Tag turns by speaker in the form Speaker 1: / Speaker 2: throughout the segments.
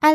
Speaker 1: 艾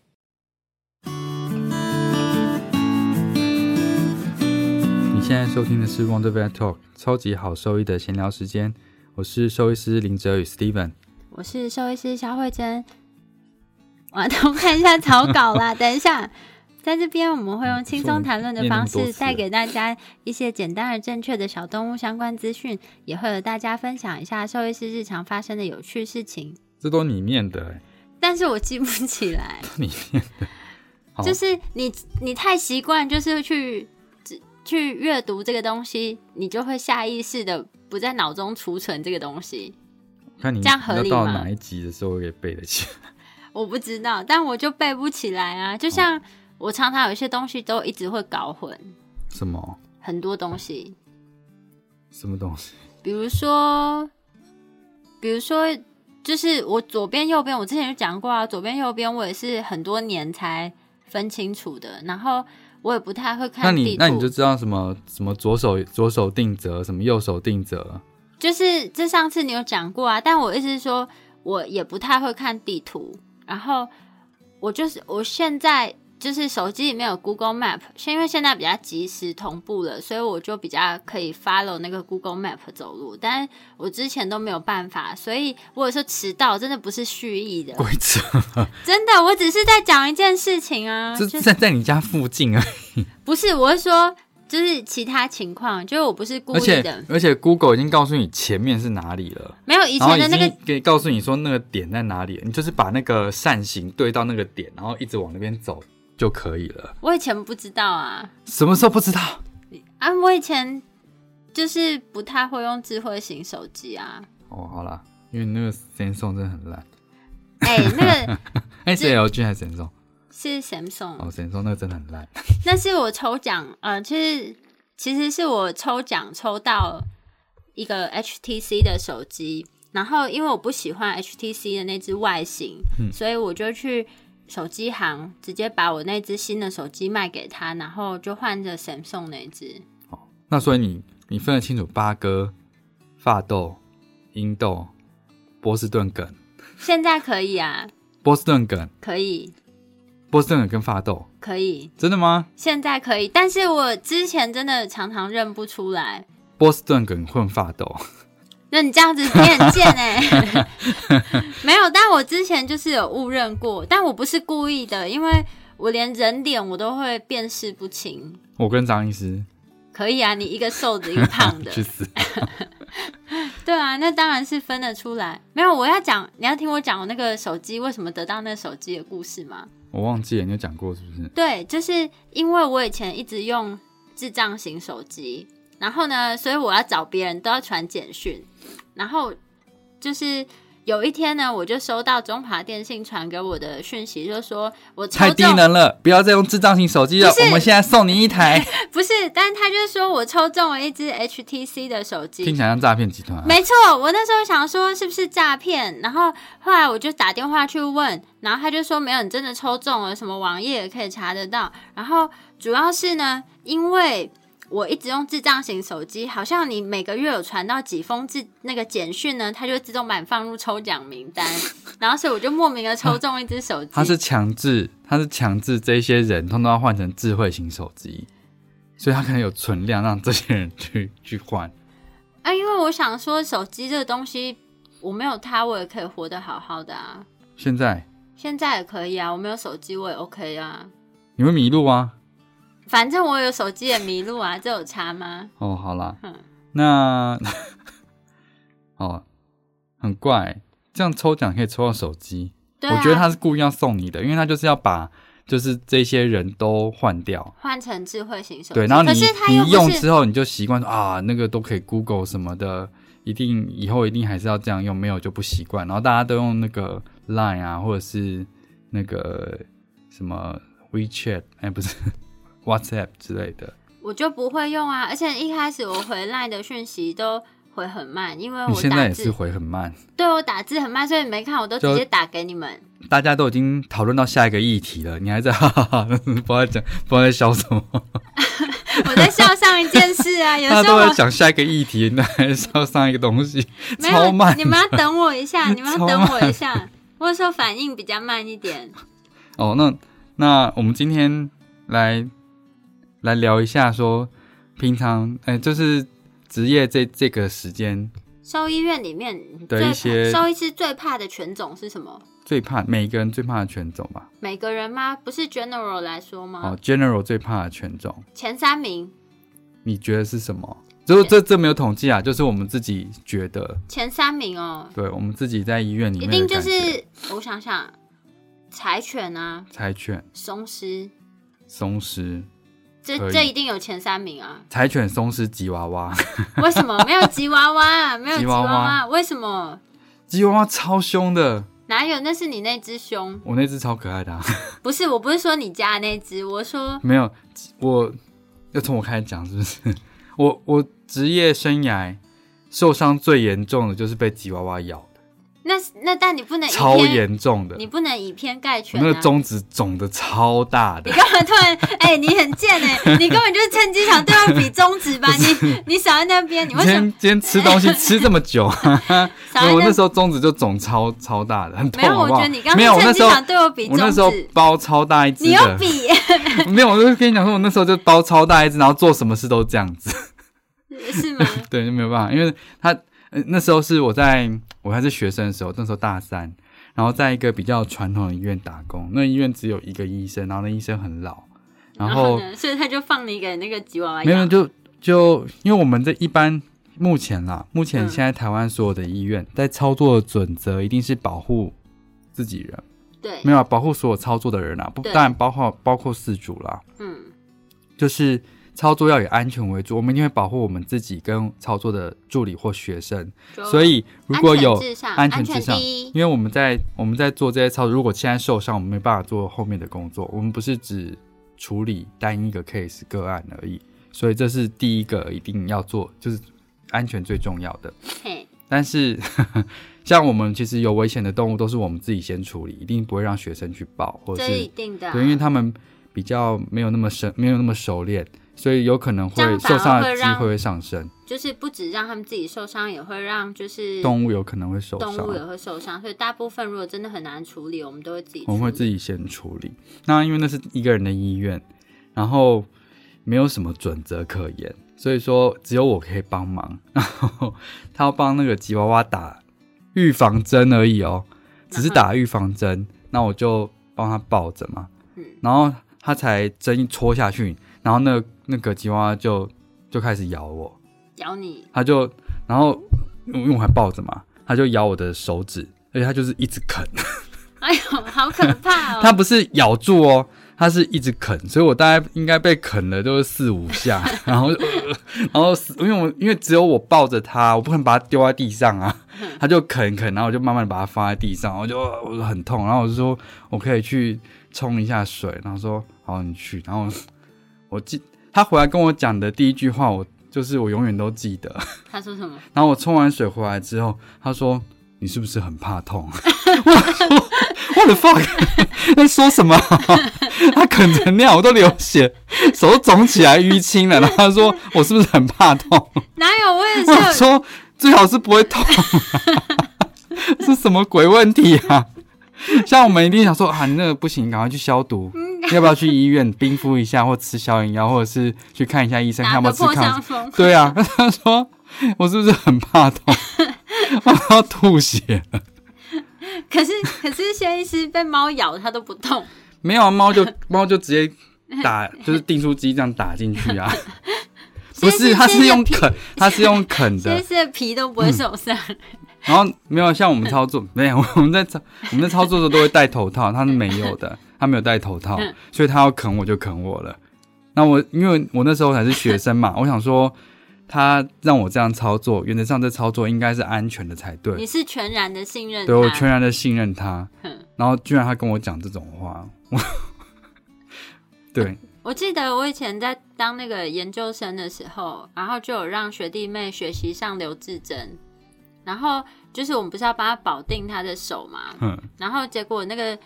Speaker 2: 你现在收听的是 Wonder Vet Talk 超级好兽医的闲聊时间，我是兽医师林哲宇 Steven。
Speaker 1: 我是兽医师肖慧珍。我都看一下草稿 啦，等一下。在这边，我们会用轻松谈论的方式，带给大家一些简单而正确的小动物相关资讯，也会和大家分享一下兽医师日常发生的有趣事情。
Speaker 2: 这都你念的、欸，
Speaker 1: 但是我记不起来，
Speaker 2: 你念的，好
Speaker 1: 就是你你太习惯，就是去去阅读这个东西，你就会下意识的不在脑中储存这个东西。
Speaker 2: 看你
Speaker 1: 这样合理
Speaker 2: 到
Speaker 1: 吗
Speaker 2: 哪一集的时候给背得起来。
Speaker 1: 我不知道，但我就背不起来啊。就像我常常有一些东西都一直会搞混，
Speaker 2: 什么
Speaker 1: 很多东西，
Speaker 2: 什么东西？
Speaker 1: 比如说，比如说，就是我左边右边，我之前就讲过啊，左边右边我也是很多年才分清楚的，然后我也不太会
Speaker 2: 那
Speaker 1: 看地
Speaker 2: 你
Speaker 1: 图，
Speaker 2: 那你就知道什么什么左手左手定则，什么右手定
Speaker 1: 啊
Speaker 2: 则，
Speaker 1: 就是这上次你有讲过啊，但我意思是说，我也不太会看地图，然后我就是我现在。就是手机里面有 Google Map，是因为现在比较及时同步了，所以我就比较可以 follow 那个 Google Map 走路。但我之前都没有办法，所以我有时候迟到真的不是蓄意的，
Speaker 2: 规则。
Speaker 1: 真的，我只是在讲一件事情啊，
Speaker 2: 这
Speaker 1: 就
Speaker 2: 在在你家附近啊，
Speaker 1: 不是，我是说，就是其他情况，就是我不是故
Speaker 2: 而
Speaker 1: 意
Speaker 2: 且
Speaker 1: 的，
Speaker 2: 而且 Google 已经告诉你前面是哪里了，
Speaker 1: 没有以
Speaker 2: 然后
Speaker 1: 前
Speaker 2: 已
Speaker 1: 的那个
Speaker 2: 经给告诉你说那个点在哪里了，你就是把那个扇形对到那个点，然后一直往那边走就可以了。
Speaker 1: 我以前不知道啊，
Speaker 2: 什么时候不知道？
Speaker 1: 啊，我以前就是不太会用智慧型手机啊，
Speaker 2: 哦，好啦，因为那个 Samsung 真的很烂，
Speaker 1: 哎、那个
Speaker 2: 哎，是 LG 还是 Samsung？
Speaker 1: 是 Samsung，
Speaker 2: 哦，Samsung 那个真的很烂。
Speaker 1: 那是我抽奖，呃，就是其实是我抽奖抽到一个 HTC 的手机，然后因为我不喜欢 HTC 的那只外形，所以我就去手机行直接把我那只新的手机卖给他，然后就换着 Samsung 那只。
Speaker 2: 那所以你你分得清楚八哥、发豆、英豆、波士顿梗、
Speaker 1: 现在可以啊，
Speaker 2: 波士顿梗、
Speaker 1: 可以，
Speaker 2: 波士顿梗跟发豆，
Speaker 1: 可以，
Speaker 2: 真的吗？
Speaker 1: 现在可以，但是我之前真的常常认不出来。
Speaker 2: 波士顿梗混发豆，
Speaker 1: 那你这样子你很贱哎、没有，但我之前就是有误认过，但我不是故意的，因为我连人脸我都会辨识不清。
Speaker 2: 我跟张医师
Speaker 1: 可以啊，你一个瘦子，一个胖 的
Speaker 2: 去，死。
Speaker 1: 对啊，那当然是分得出来。没有，我要讲，你要听我讲我那个手机为什么得到那个手机的故事吗？
Speaker 2: 我忘记了，你有讲过是不是？
Speaker 1: 对，就是因为我以前一直用智障型手机，然后呢，所以我要找别人都要传简讯，然后就是有一天呢，我就收到中华电信传给我的讯息，就说我抽
Speaker 2: 太低
Speaker 1: 中
Speaker 2: 能了，不要再用智障型手机了
Speaker 1: 不是，
Speaker 2: 我们现在送你一 台。
Speaker 1: 不是，但他就是说我抽中了一只 HTC 的手机，
Speaker 2: 听起来像诈骗集团啊、
Speaker 1: 没错，我那时候想说是不是诈骗，然后后来我就打电话去问，然后他就说没有，你真的抽中了，什么网页也可以查得到。然后主要是呢，因为我一直用智障型手机，好像你每个月有传到几封自那个简讯呢，它就会自动把你放入抽奖名单， 然后所以我就莫名的抽中一只手机。
Speaker 2: 他是强制，他是强制这些人通通要换成智慧型手机，所以他可能有存量让这些人去 去换。
Speaker 1: 啊，因为我想说手机这个东西，我没有它我也可以活得好好的啊，
Speaker 2: 现在
Speaker 1: 现在也可以啊，我没有手机我也 OK 啊。
Speaker 2: 你会迷路啊？
Speaker 1: 反正我有手机也迷路啊，这有差吗？
Speaker 2: 哦，好啦，
Speaker 1: 嗯
Speaker 2: 那 哦，很怪，这样抽奖可以抽到手机，
Speaker 1: 对、啊，
Speaker 2: 我觉得他是故意要送你的，因为他就是要把就是这些人都换掉。
Speaker 1: 换成智慧型手机，
Speaker 2: 对，然后
Speaker 1: 可
Speaker 2: 你
Speaker 1: 是它又
Speaker 2: 你
Speaker 1: 不
Speaker 2: 用
Speaker 1: 是
Speaker 2: 之后你就习惯说啊，那个都可以 Google 什么的，一定以后一定还是要这样用，没有就不习惯。然后大家都用那个 Line 啊，或者是那个什么 WeChat，哎、不是 WhatsApp 之类的，
Speaker 1: 我就不会用啊。而且一开始我回来的讯息都回很慢，因为
Speaker 2: 你
Speaker 1: 我
Speaker 2: 现在
Speaker 1: 打
Speaker 2: 也是
Speaker 1: 字，
Speaker 2: 回很慢，
Speaker 1: 对我打字很慢，所以你没看我都直
Speaker 2: 就
Speaker 1: 接打给你 们。
Speaker 2: 大家都已经讨论到下一个议题了，你还在哈 哈哈，不知道在讲，不知道在笑什么，
Speaker 1: 我在笑上一件事啊，有
Speaker 2: 大家
Speaker 1: 时候
Speaker 2: 都
Speaker 1: 我
Speaker 2: 在讲下一个议题，你还笑上一个东西，
Speaker 1: 没有
Speaker 2: 超慢
Speaker 1: 你们要等我一 下，你们要
Speaker 2: 超
Speaker 1: 等我一
Speaker 2: 慢
Speaker 1: 下。我有时候反应比较慢一点，
Speaker 2: 哦。那那我们今天来来聊一下说，平常哎、就是职业这这个时间
Speaker 1: 兽医院里面
Speaker 2: 的
Speaker 1: 最
Speaker 2: 一些
Speaker 1: 怕兽医师最怕的犬种是什么？
Speaker 2: 最怕每一个人最怕的犬种吧？
Speaker 1: 每个人吗？不是 general 来说吗？
Speaker 2: 哦，general 最怕的犬种，
Speaker 1: 前三名，
Speaker 2: 你觉得是什么？这这这没有统计啊，就是我们自己觉得，
Speaker 1: 前三名哦，
Speaker 2: 对我们自己在医院里
Speaker 1: 一
Speaker 2: 面
Speaker 1: 定
Speaker 2: 的
Speaker 1: 就
Speaker 2: 感觉。
Speaker 1: 是我想想，柴犬啊，
Speaker 2: 柴犬、
Speaker 1: 松狮，
Speaker 2: 松狮、
Speaker 1: 这
Speaker 2: 可以。
Speaker 1: 这一定有前三名啊
Speaker 2: 柴犬、松狮、吉娃娃，
Speaker 1: 为什么没有吉娃娃？没有吉
Speaker 2: 吉娃
Speaker 1: 娃
Speaker 2: 娃
Speaker 1: 娃？为什么？
Speaker 2: 吉娃娃超凶的，
Speaker 1: 哪有？那是你那只熊，
Speaker 2: 我那只超可爱的、啊。
Speaker 1: 不是？我不是说你家的那只，我说
Speaker 2: 没有，我要从我开始讲是不是？ 我我职业生涯受伤最严重的就是被吉娃娃咬，
Speaker 1: 那那但你不能以
Speaker 2: 超
Speaker 1: 偏，
Speaker 2: 严重的，
Speaker 1: 你不能以偏概
Speaker 2: 我
Speaker 1: 全、啊。
Speaker 2: 那个中指肿的超大的
Speaker 1: 你。根本突然，哎、你很贱哎、 你根本就是趁机想对我比中指吧？你你少在那边，你为
Speaker 2: 今
Speaker 1: 什
Speaker 2: 天
Speaker 1: 么
Speaker 2: 今天吃 东西吃这么久，
Speaker 1: 少在
Speaker 2: 我那
Speaker 1: 那？
Speaker 2: 时候中指就肿超超大的，很痛
Speaker 1: 没有，
Speaker 2: 好
Speaker 1: 我
Speaker 2: 不
Speaker 1: 觉
Speaker 2: 好
Speaker 1: 得你刚？
Speaker 2: 没有，
Speaker 1: 刚
Speaker 2: 我
Speaker 1: 趁
Speaker 2: 那
Speaker 1: 机
Speaker 2: 时候
Speaker 1: 想对我比中
Speaker 2: 我那时候
Speaker 1: 指，
Speaker 2: 包超大一只
Speaker 1: 你又
Speaker 2: 的，
Speaker 1: 比，
Speaker 2: 没有，我就跟你讲说，我那时候就包超大一只，然后做什么事都这样子，
Speaker 1: 是吗？
Speaker 2: 对，就没有办法，因为他、呃那时候是我在我还是学生的时候，那时候大三，然后在一个比较传统的医院打工，那医院只有一个医生，然后那医生很老， 然后
Speaker 1: 呢？所以他就放你给那个吉娃娃
Speaker 2: 没有
Speaker 1: 养。
Speaker 2: 就就因为我们这一般目前啦，目前
Speaker 1: 嗯
Speaker 2: 现在台湾所有的医院在操作的准则一定是保护自己人，
Speaker 1: 对
Speaker 2: 没，有啊保护所有操作的人啦，啊不
Speaker 1: 对
Speaker 2: 当然包括包括饲主啦，
Speaker 1: 嗯，
Speaker 2: 就是操作要以安全为主，我们一定会保护我们自己跟操作的助理或学生，
Speaker 1: 就
Speaker 2: 所以如果有
Speaker 1: 安全至上，
Speaker 2: 安
Speaker 1: 全
Speaker 2: 全至上
Speaker 1: 第一，
Speaker 2: 因为我们在我们在做这些操作，如果现在受伤，我们没办法做后面的工作。我们不是只处理单一个 case 个案而已，所以这是第一个一定要做，就是安全最重要的。
Speaker 1: 嘿，
Speaker 2: 但是像我们其实有危险的动物，都是我们自己先处理，一定不会让学生去抱，或者
Speaker 1: 这
Speaker 2: 是
Speaker 1: 一定的啊，
Speaker 2: 对，因为他们比较没有那么熟，没有那么熟练，所以有可能
Speaker 1: 这
Speaker 2: 会
Speaker 1: 样反
Speaker 2: 受
Speaker 1: 而
Speaker 2: 伤
Speaker 1: 会
Speaker 2: 的机
Speaker 1: 让
Speaker 2: 会会上升，
Speaker 1: 就是不止让他们自己受伤，也会让就是
Speaker 2: 动物有可能会受
Speaker 1: 动
Speaker 2: 伤
Speaker 1: 物。也会受伤，所以大部分如果真的很难处理，我们都会自己
Speaker 2: 我们会
Speaker 1: 处
Speaker 2: 自己先处理。那因为那是一个人的医院，然后没有什么准则可言，所以说只有我可以帮忙。 然后他要帮那个吉娃娃打预防针而已哦，只是打预防针。那我就帮他抱着嘛，
Speaker 1: 嗯
Speaker 2: 然后他才针一戳下去，然后那那个吉娃娃就就开始咬我，
Speaker 1: 咬你，
Speaker 2: 他就然后因为我还抱着嘛，他就咬我的手指，而且他就是一直啃。
Speaker 1: 哎呦，好可怕 哦！
Speaker 2: 它不是咬住哦，它是一直啃，所以我大概应该被啃了就是四五下，然后就、呃然后死因为我因为只有我抱着它，我不可能把它丢在地上啊，它就啃啃，然后我就慢慢地把它放在地上，我就呃我就很痛，然后我就说我可以去冲一下水，然后说好你去，然后我我记他回来跟我讲的第一句话，我就是我永远都记得，
Speaker 1: 他说什么？
Speaker 2: 然后我冲完水回来之后，他说：“你是不是很怕痛？” 我说：“What the fuck？在 说什么？” 他啃成那样，我都流血，手肿起来淤青了。然后他说：“我是不是很怕痛
Speaker 1: 哪有？我也？” 是
Speaker 2: 我
Speaker 1: 有
Speaker 2: 想说：“最好是不会痛、啊。” 是什么鬼问题啊？像我们一定想说啊，你那个不行，赶快去消毒，
Speaker 1: 嗯
Speaker 2: 要不要去医院冰敷一下，或吃消炎药，或者是去看一下医生，看
Speaker 1: 打
Speaker 2: 有
Speaker 1: 个
Speaker 2: 没有吃
Speaker 1: 破
Speaker 2: 抗
Speaker 1: 伤风，
Speaker 2: 对啊， 他说我是不是很怕痛？ 我要吐血了。
Speaker 1: 可是可是谢医师被猫咬他都不痛，
Speaker 2: 没有啊，猫就猫就直接打，就是订书机这样打进去啊。不是，它是用啃，它是啊嗯用啃
Speaker 1: 谢医
Speaker 2: 的。
Speaker 1: 师的皮都不会受伤，
Speaker 2: 然后没有像我们操作，没有我们在操我们在操作的时候都会戴头套，它是没有的，它没有戴头套，所以它要啃我就啃我了。那我因为我那时候还是学生嘛，我想说他让我这样操作，原则上这操作应该是安全的才对。
Speaker 1: 你是全然的信任
Speaker 2: 对我
Speaker 1: 他，
Speaker 2: 全然的信任他
Speaker 1: 嗯，
Speaker 2: 然后居然他跟我讲这种话，我 对，
Speaker 1: 我记得我以前在当那个研究生的时候，然后就有让学弟妹学习上刘志珍，然后就是我们不是要帮他保定他的手嘛，
Speaker 2: 嗯，
Speaker 1: 然后结果那个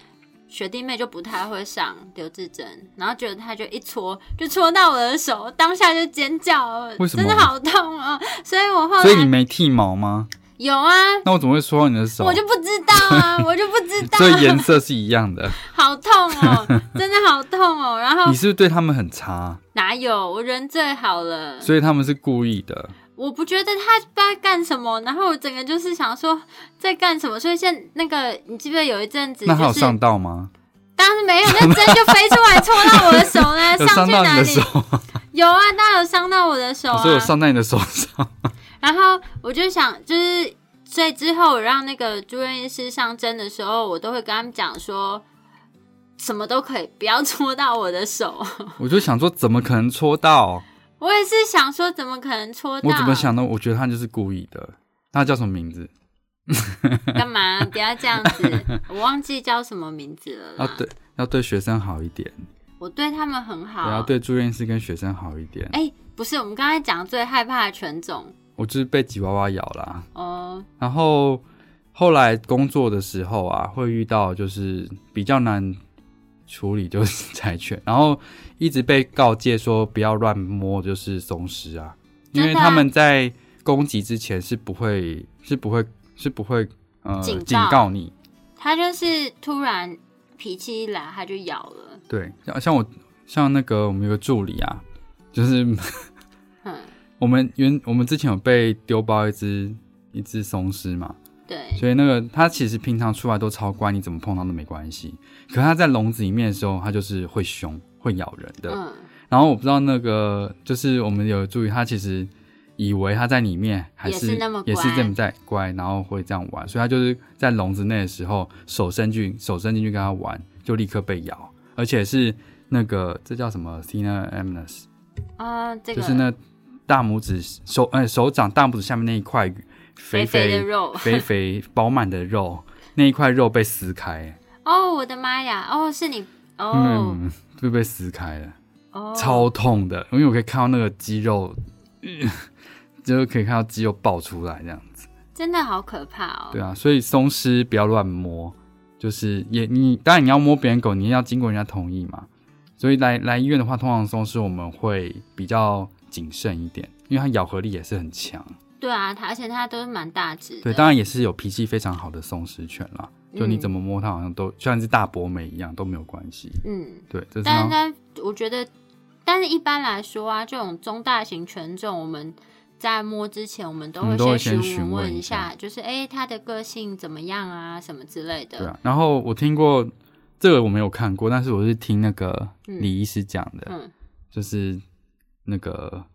Speaker 1: 学弟妹就不太会上刘志珍，然后觉得他就一戳就戳到我的手，当下就尖叫，
Speaker 2: 为什么
Speaker 1: 真的好痛哦！所以我后
Speaker 2: 所以你
Speaker 1: 来
Speaker 2: 没剃毛吗？
Speaker 1: 有啊，
Speaker 2: 那我怎么会说到你的手？
Speaker 1: 我就不知道 啊，我就不知道，
Speaker 2: 所以颜色是一样的。
Speaker 1: 好痛 哦，真的 好嗯痛哦。然后
Speaker 2: 你是不是对他们很差？
Speaker 1: 哪有我人最好了，
Speaker 2: 所以他们是故意的。
Speaker 1: 我不觉得他不知道干什么，然后我整个就是想说在干什么，所以现那个你记不记得有一阵子
Speaker 2: 那他
Speaker 1: 就
Speaker 2: 有
Speaker 1: 是
Speaker 2: 上到吗？
Speaker 1: 当然没有，那针就飞出来戳到我的手呢，
Speaker 2: 有
Speaker 1: 上
Speaker 2: 伤
Speaker 1: 去
Speaker 2: 到
Speaker 1: 哪
Speaker 2: 你的
Speaker 1: 里
Speaker 2: 手？，
Speaker 1: 有啊，当然有伤到我的手啊
Speaker 2: 哦所以我。伤在你的手 上。
Speaker 1: 然后我就想，就是所以之后我让那个住院医师上针的时候，我都会跟他们讲说，什么都可以，不要戳到我的手。
Speaker 2: 我就想说，怎么可能戳
Speaker 1: 啊
Speaker 2: 到？
Speaker 1: 我也是想说，怎么可能戳到？
Speaker 2: 我怎么想呢？我觉得他就是故意的。那他叫什么名字
Speaker 1: 干嘛？不要这样子，我忘记叫什么名字了啦
Speaker 2: 啊？对，要对学生好一点，
Speaker 1: 我对他们很好。
Speaker 2: 也要对住院医师跟学生好一点。
Speaker 1: 哎、不是，我们刚才讲最害怕的犬种
Speaker 2: 我就是被吉娃娃咬啦。
Speaker 1: 哦、
Speaker 2: 然后后来工作的时候啊，会遇到就是比较难处理，就是柴犬，然后一直被告诫说不要乱摸，就是松狮啊，因为
Speaker 1: 真的啊
Speaker 2: 他们在攻击之前是不会是不会是不会呃
Speaker 1: 警告
Speaker 2: 警告你，
Speaker 1: 它就是突然脾气一来，它就咬了。
Speaker 2: 对，像像我像那个我们有个助理啊，就是
Speaker 1: 嗯，
Speaker 2: 我们原我们之前有被丢包一只一只松狮嘛，
Speaker 1: 对，
Speaker 2: 所以那个它其实平常出来都超乖，你怎么碰它都没关系。可它在笼子里面的时候，它就是会凶、会咬人的。
Speaker 1: 嗯，
Speaker 2: 然后我不知道那个，就是我们有注意，它其实以为它在里面还
Speaker 1: 也
Speaker 2: 是
Speaker 1: 是那么乖
Speaker 2: 也是这么在乖，然后会这样玩，所以它就是在笼子内的时候，手伸进手伸进去跟它玩，就立刻被咬，而且是那个这叫什么 t h i n a amnes，
Speaker 1: 啊、这个
Speaker 2: 就是那大拇指手呃手掌大拇指下面那一块
Speaker 1: 肥
Speaker 2: 肥
Speaker 1: 肥的肉。
Speaker 2: 肥肥饱满的肉，那一块肉被撕开，
Speaker 1: 哦，我的妈呀！哦，是你哦
Speaker 2: 嗯，就被撕开了，
Speaker 1: 哦，
Speaker 2: 超痛的，因为我可以看到那个肌肉， 呃就是可以看到肌肉爆出来这样，
Speaker 1: 真的好可怕哦。
Speaker 2: 对啊，所以松狮不要乱摸，就是也你当然你要摸别人狗，你也要经过人家同意嘛，所以来来医院的话，通常松狮我们会比较谨慎一点，因为它咬合力也是很强，
Speaker 1: 对啊，它而且它都是蛮大只的。
Speaker 2: 对，当然也是有脾气非常好的松狮犬啦。就你怎
Speaker 1: 么
Speaker 2: 么摸它，好像都就像是大博美一样都没有关系。
Speaker 1: 嗯，
Speaker 2: 对，这是
Speaker 1: 但
Speaker 2: 它
Speaker 1: 是它我觉得，但是一般来说啊，这种中大型犬种，我们在摸之前，我们都
Speaker 2: 我们都会
Speaker 1: 先
Speaker 2: 先询
Speaker 1: 问
Speaker 2: 问
Speaker 1: 一
Speaker 2: 一下
Speaker 1: 下，就是哎，它的个性怎么样啊，什么之类的。
Speaker 2: 对啊。然后我听过这个我没有看过，但是我是听那个
Speaker 1: 嗯
Speaker 2: 李医师讲的，
Speaker 1: 嗯
Speaker 2: 就是那个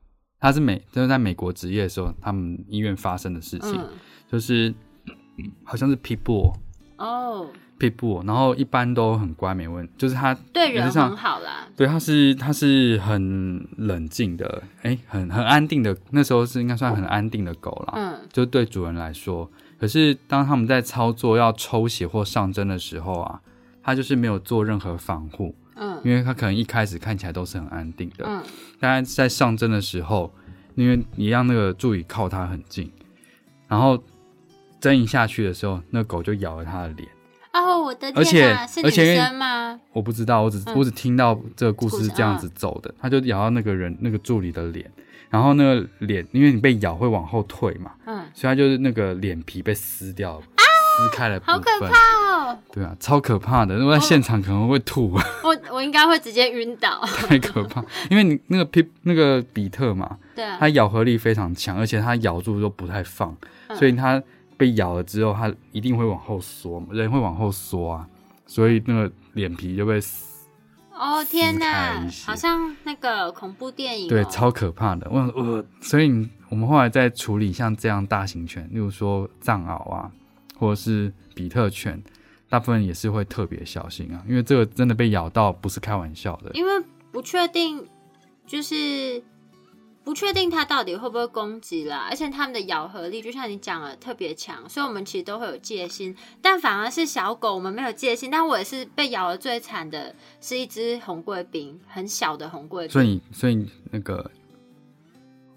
Speaker 2: 他是美就是在美国职业的时候，他们医院发生的事情，
Speaker 1: 嗯，
Speaker 2: 就是 嗯好像是 pitbull。
Speaker 1: 哦，
Speaker 2: pitbull，然后一般都很乖，没问，就是它
Speaker 1: 对
Speaker 2: 原
Speaker 1: 人
Speaker 2: 则上
Speaker 1: 很好啦。
Speaker 2: 对，它是它是很冷静的，哎，很很安定的，那时候是应该算很安定的狗啦。
Speaker 1: 嗯，
Speaker 2: 就对主人来说。可是当他们在操作要抽血或上针的时候啊，它就是没有做任何防护，
Speaker 1: 嗯
Speaker 2: 因为它可能一开始看起来都是很安定的。
Speaker 1: 嗯，
Speaker 2: 当然在上针的时候，因为你让那个助理靠它很近，然后针一下去的时候，那狗就咬了它的脸。
Speaker 1: 哦，我的
Speaker 2: 而
Speaker 1: 天啊，是
Speaker 2: 且而
Speaker 1: 女
Speaker 2: 且
Speaker 1: 生吗？
Speaker 2: 我不知道，我只、
Speaker 1: 嗯
Speaker 2: 我只听到这个故
Speaker 1: 故
Speaker 2: 事
Speaker 1: 事嗯
Speaker 2: 这样子走的，它就咬到那个人那个助理的脸，然后那个脸因为你被咬会往后退嘛，
Speaker 1: 嗯，
Speaker 2: 所以它就是那个脸皮被撕掉，撕开了部分，
Speaker 1: 啊好可怕哦！
Speaker 2: 对啊，超可怕的，如果在现场可能会吐，
Speaker 1: 我我应该会直接晕倒。
Speaker 2: 太可怕。因为你那个皮那个比特嘛，
Speaker 1: 对啊，
Speaker 2: 它咬合力非常强，而且它咬住都不太放，
Speaker 1: 嗯
Speaker 2: 所以它被咬了之后，它一定会往后缩嘛，人会往后缩啊，所以那个脸皮就被撕
Speaker 1: 哦天哪
Speaker 2: 撕开一，些
Speaker 1: 好像那个恐怖电影、哦。
Speaker 2: 对，超可怕的。我想呃，所以你我们后来在处理像这样大型犬，例如说藏獒啊，或者是比特犬，大部分也是会特别小心啊，因为这个真的被咬到不是开玩笑的。
Speaker 1: 因为不确定，就是不确定它到底会不会攻击啦，而且它们的咬合力就像你讲的特别强，所以我们其实都会有戒心。但反而是小狗，我们没有戒心。但我也是被咬的最惨的是一只红贵宾，很小的红贵宾。
Speaker 2: 所以你所以你那个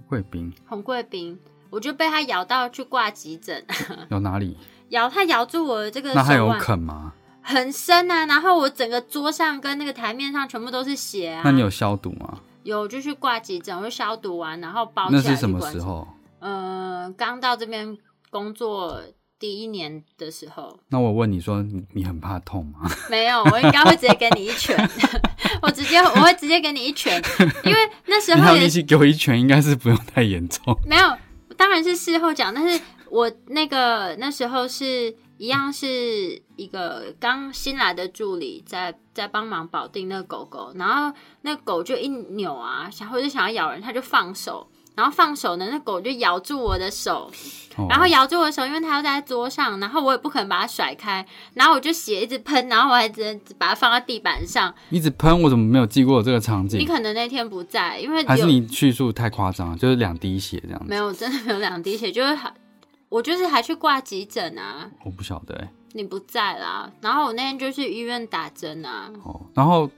Speaker 2: 贵宾
Speaker 1: 红贵宾，我就被它咬到去挂急诊，
Speaker 2: 有哪里？
Speaker 1: 咬它咬住我的这个
Speaker 2: 那还
Speaker 1: 手
Speaker 2: 有
Speaker 1: 腕
Speaker 2: 啃吗？
Speaker 1: 很深啊，然后我整个桌上跟那个台面上全部都是血啊。
Speaker 2: 那你有消毒吗？
Speaker 1: 有就去挂急诊，我就消毒完，然后包起
Speaker 2: 那
Speaker 1: 来。
Speaker 2: 是什么时？候？
Speaker 1: 呃，刚到这边工作第一年的时候，
Speaker 2: 那我问你说，你你很怕痛 吗？
Speaker 1: 没有，我应该会直接给你一拳， 我直接我会直接给你一拳，因为那时
Speaker 2: 你还
Speaker 1: 候
Speaker 2: 有力
Speaker 1: 也
Speaker 2: 气给我一拳，应该是不用太严重。
Speaker 1: 没有，当然是事后讲，但是我那个那时候是一样是一个刚新来的助理在在帮忙保定那个狗狗，然后那狗就一扭啊，想或者想要咬人，它就放手。然后放手呢，那狗就咬住我的手，
Speaker 2: 哦
Speaker 1: 然后咬住我的手，因为它要在桌上，然后我也不可能把它甩开，然后我就血一直喷，然后我还只能把它放到地板上。
Speaker 2: 一直喷，我怎么没有记过这个场
Speaker 1: 你
Speaker 2: 景？
Speaker 1: 可能那天不在，因为
Speaker 2: 还是
Speaker 1: 有
Speaker 2: 你叙述太夸张了，就是两滴血这样
Speaker 1: 没
Speaker 2: 子？
Speaker 1: 有 真的没有两滴血，就是还我就是还去挂急诊啊，
Speaker 2: 我不晓得、欸、
Speaker 1: 你不在啦。然后我那天就去医院打针 啊，
Speaker 2: 哦。然后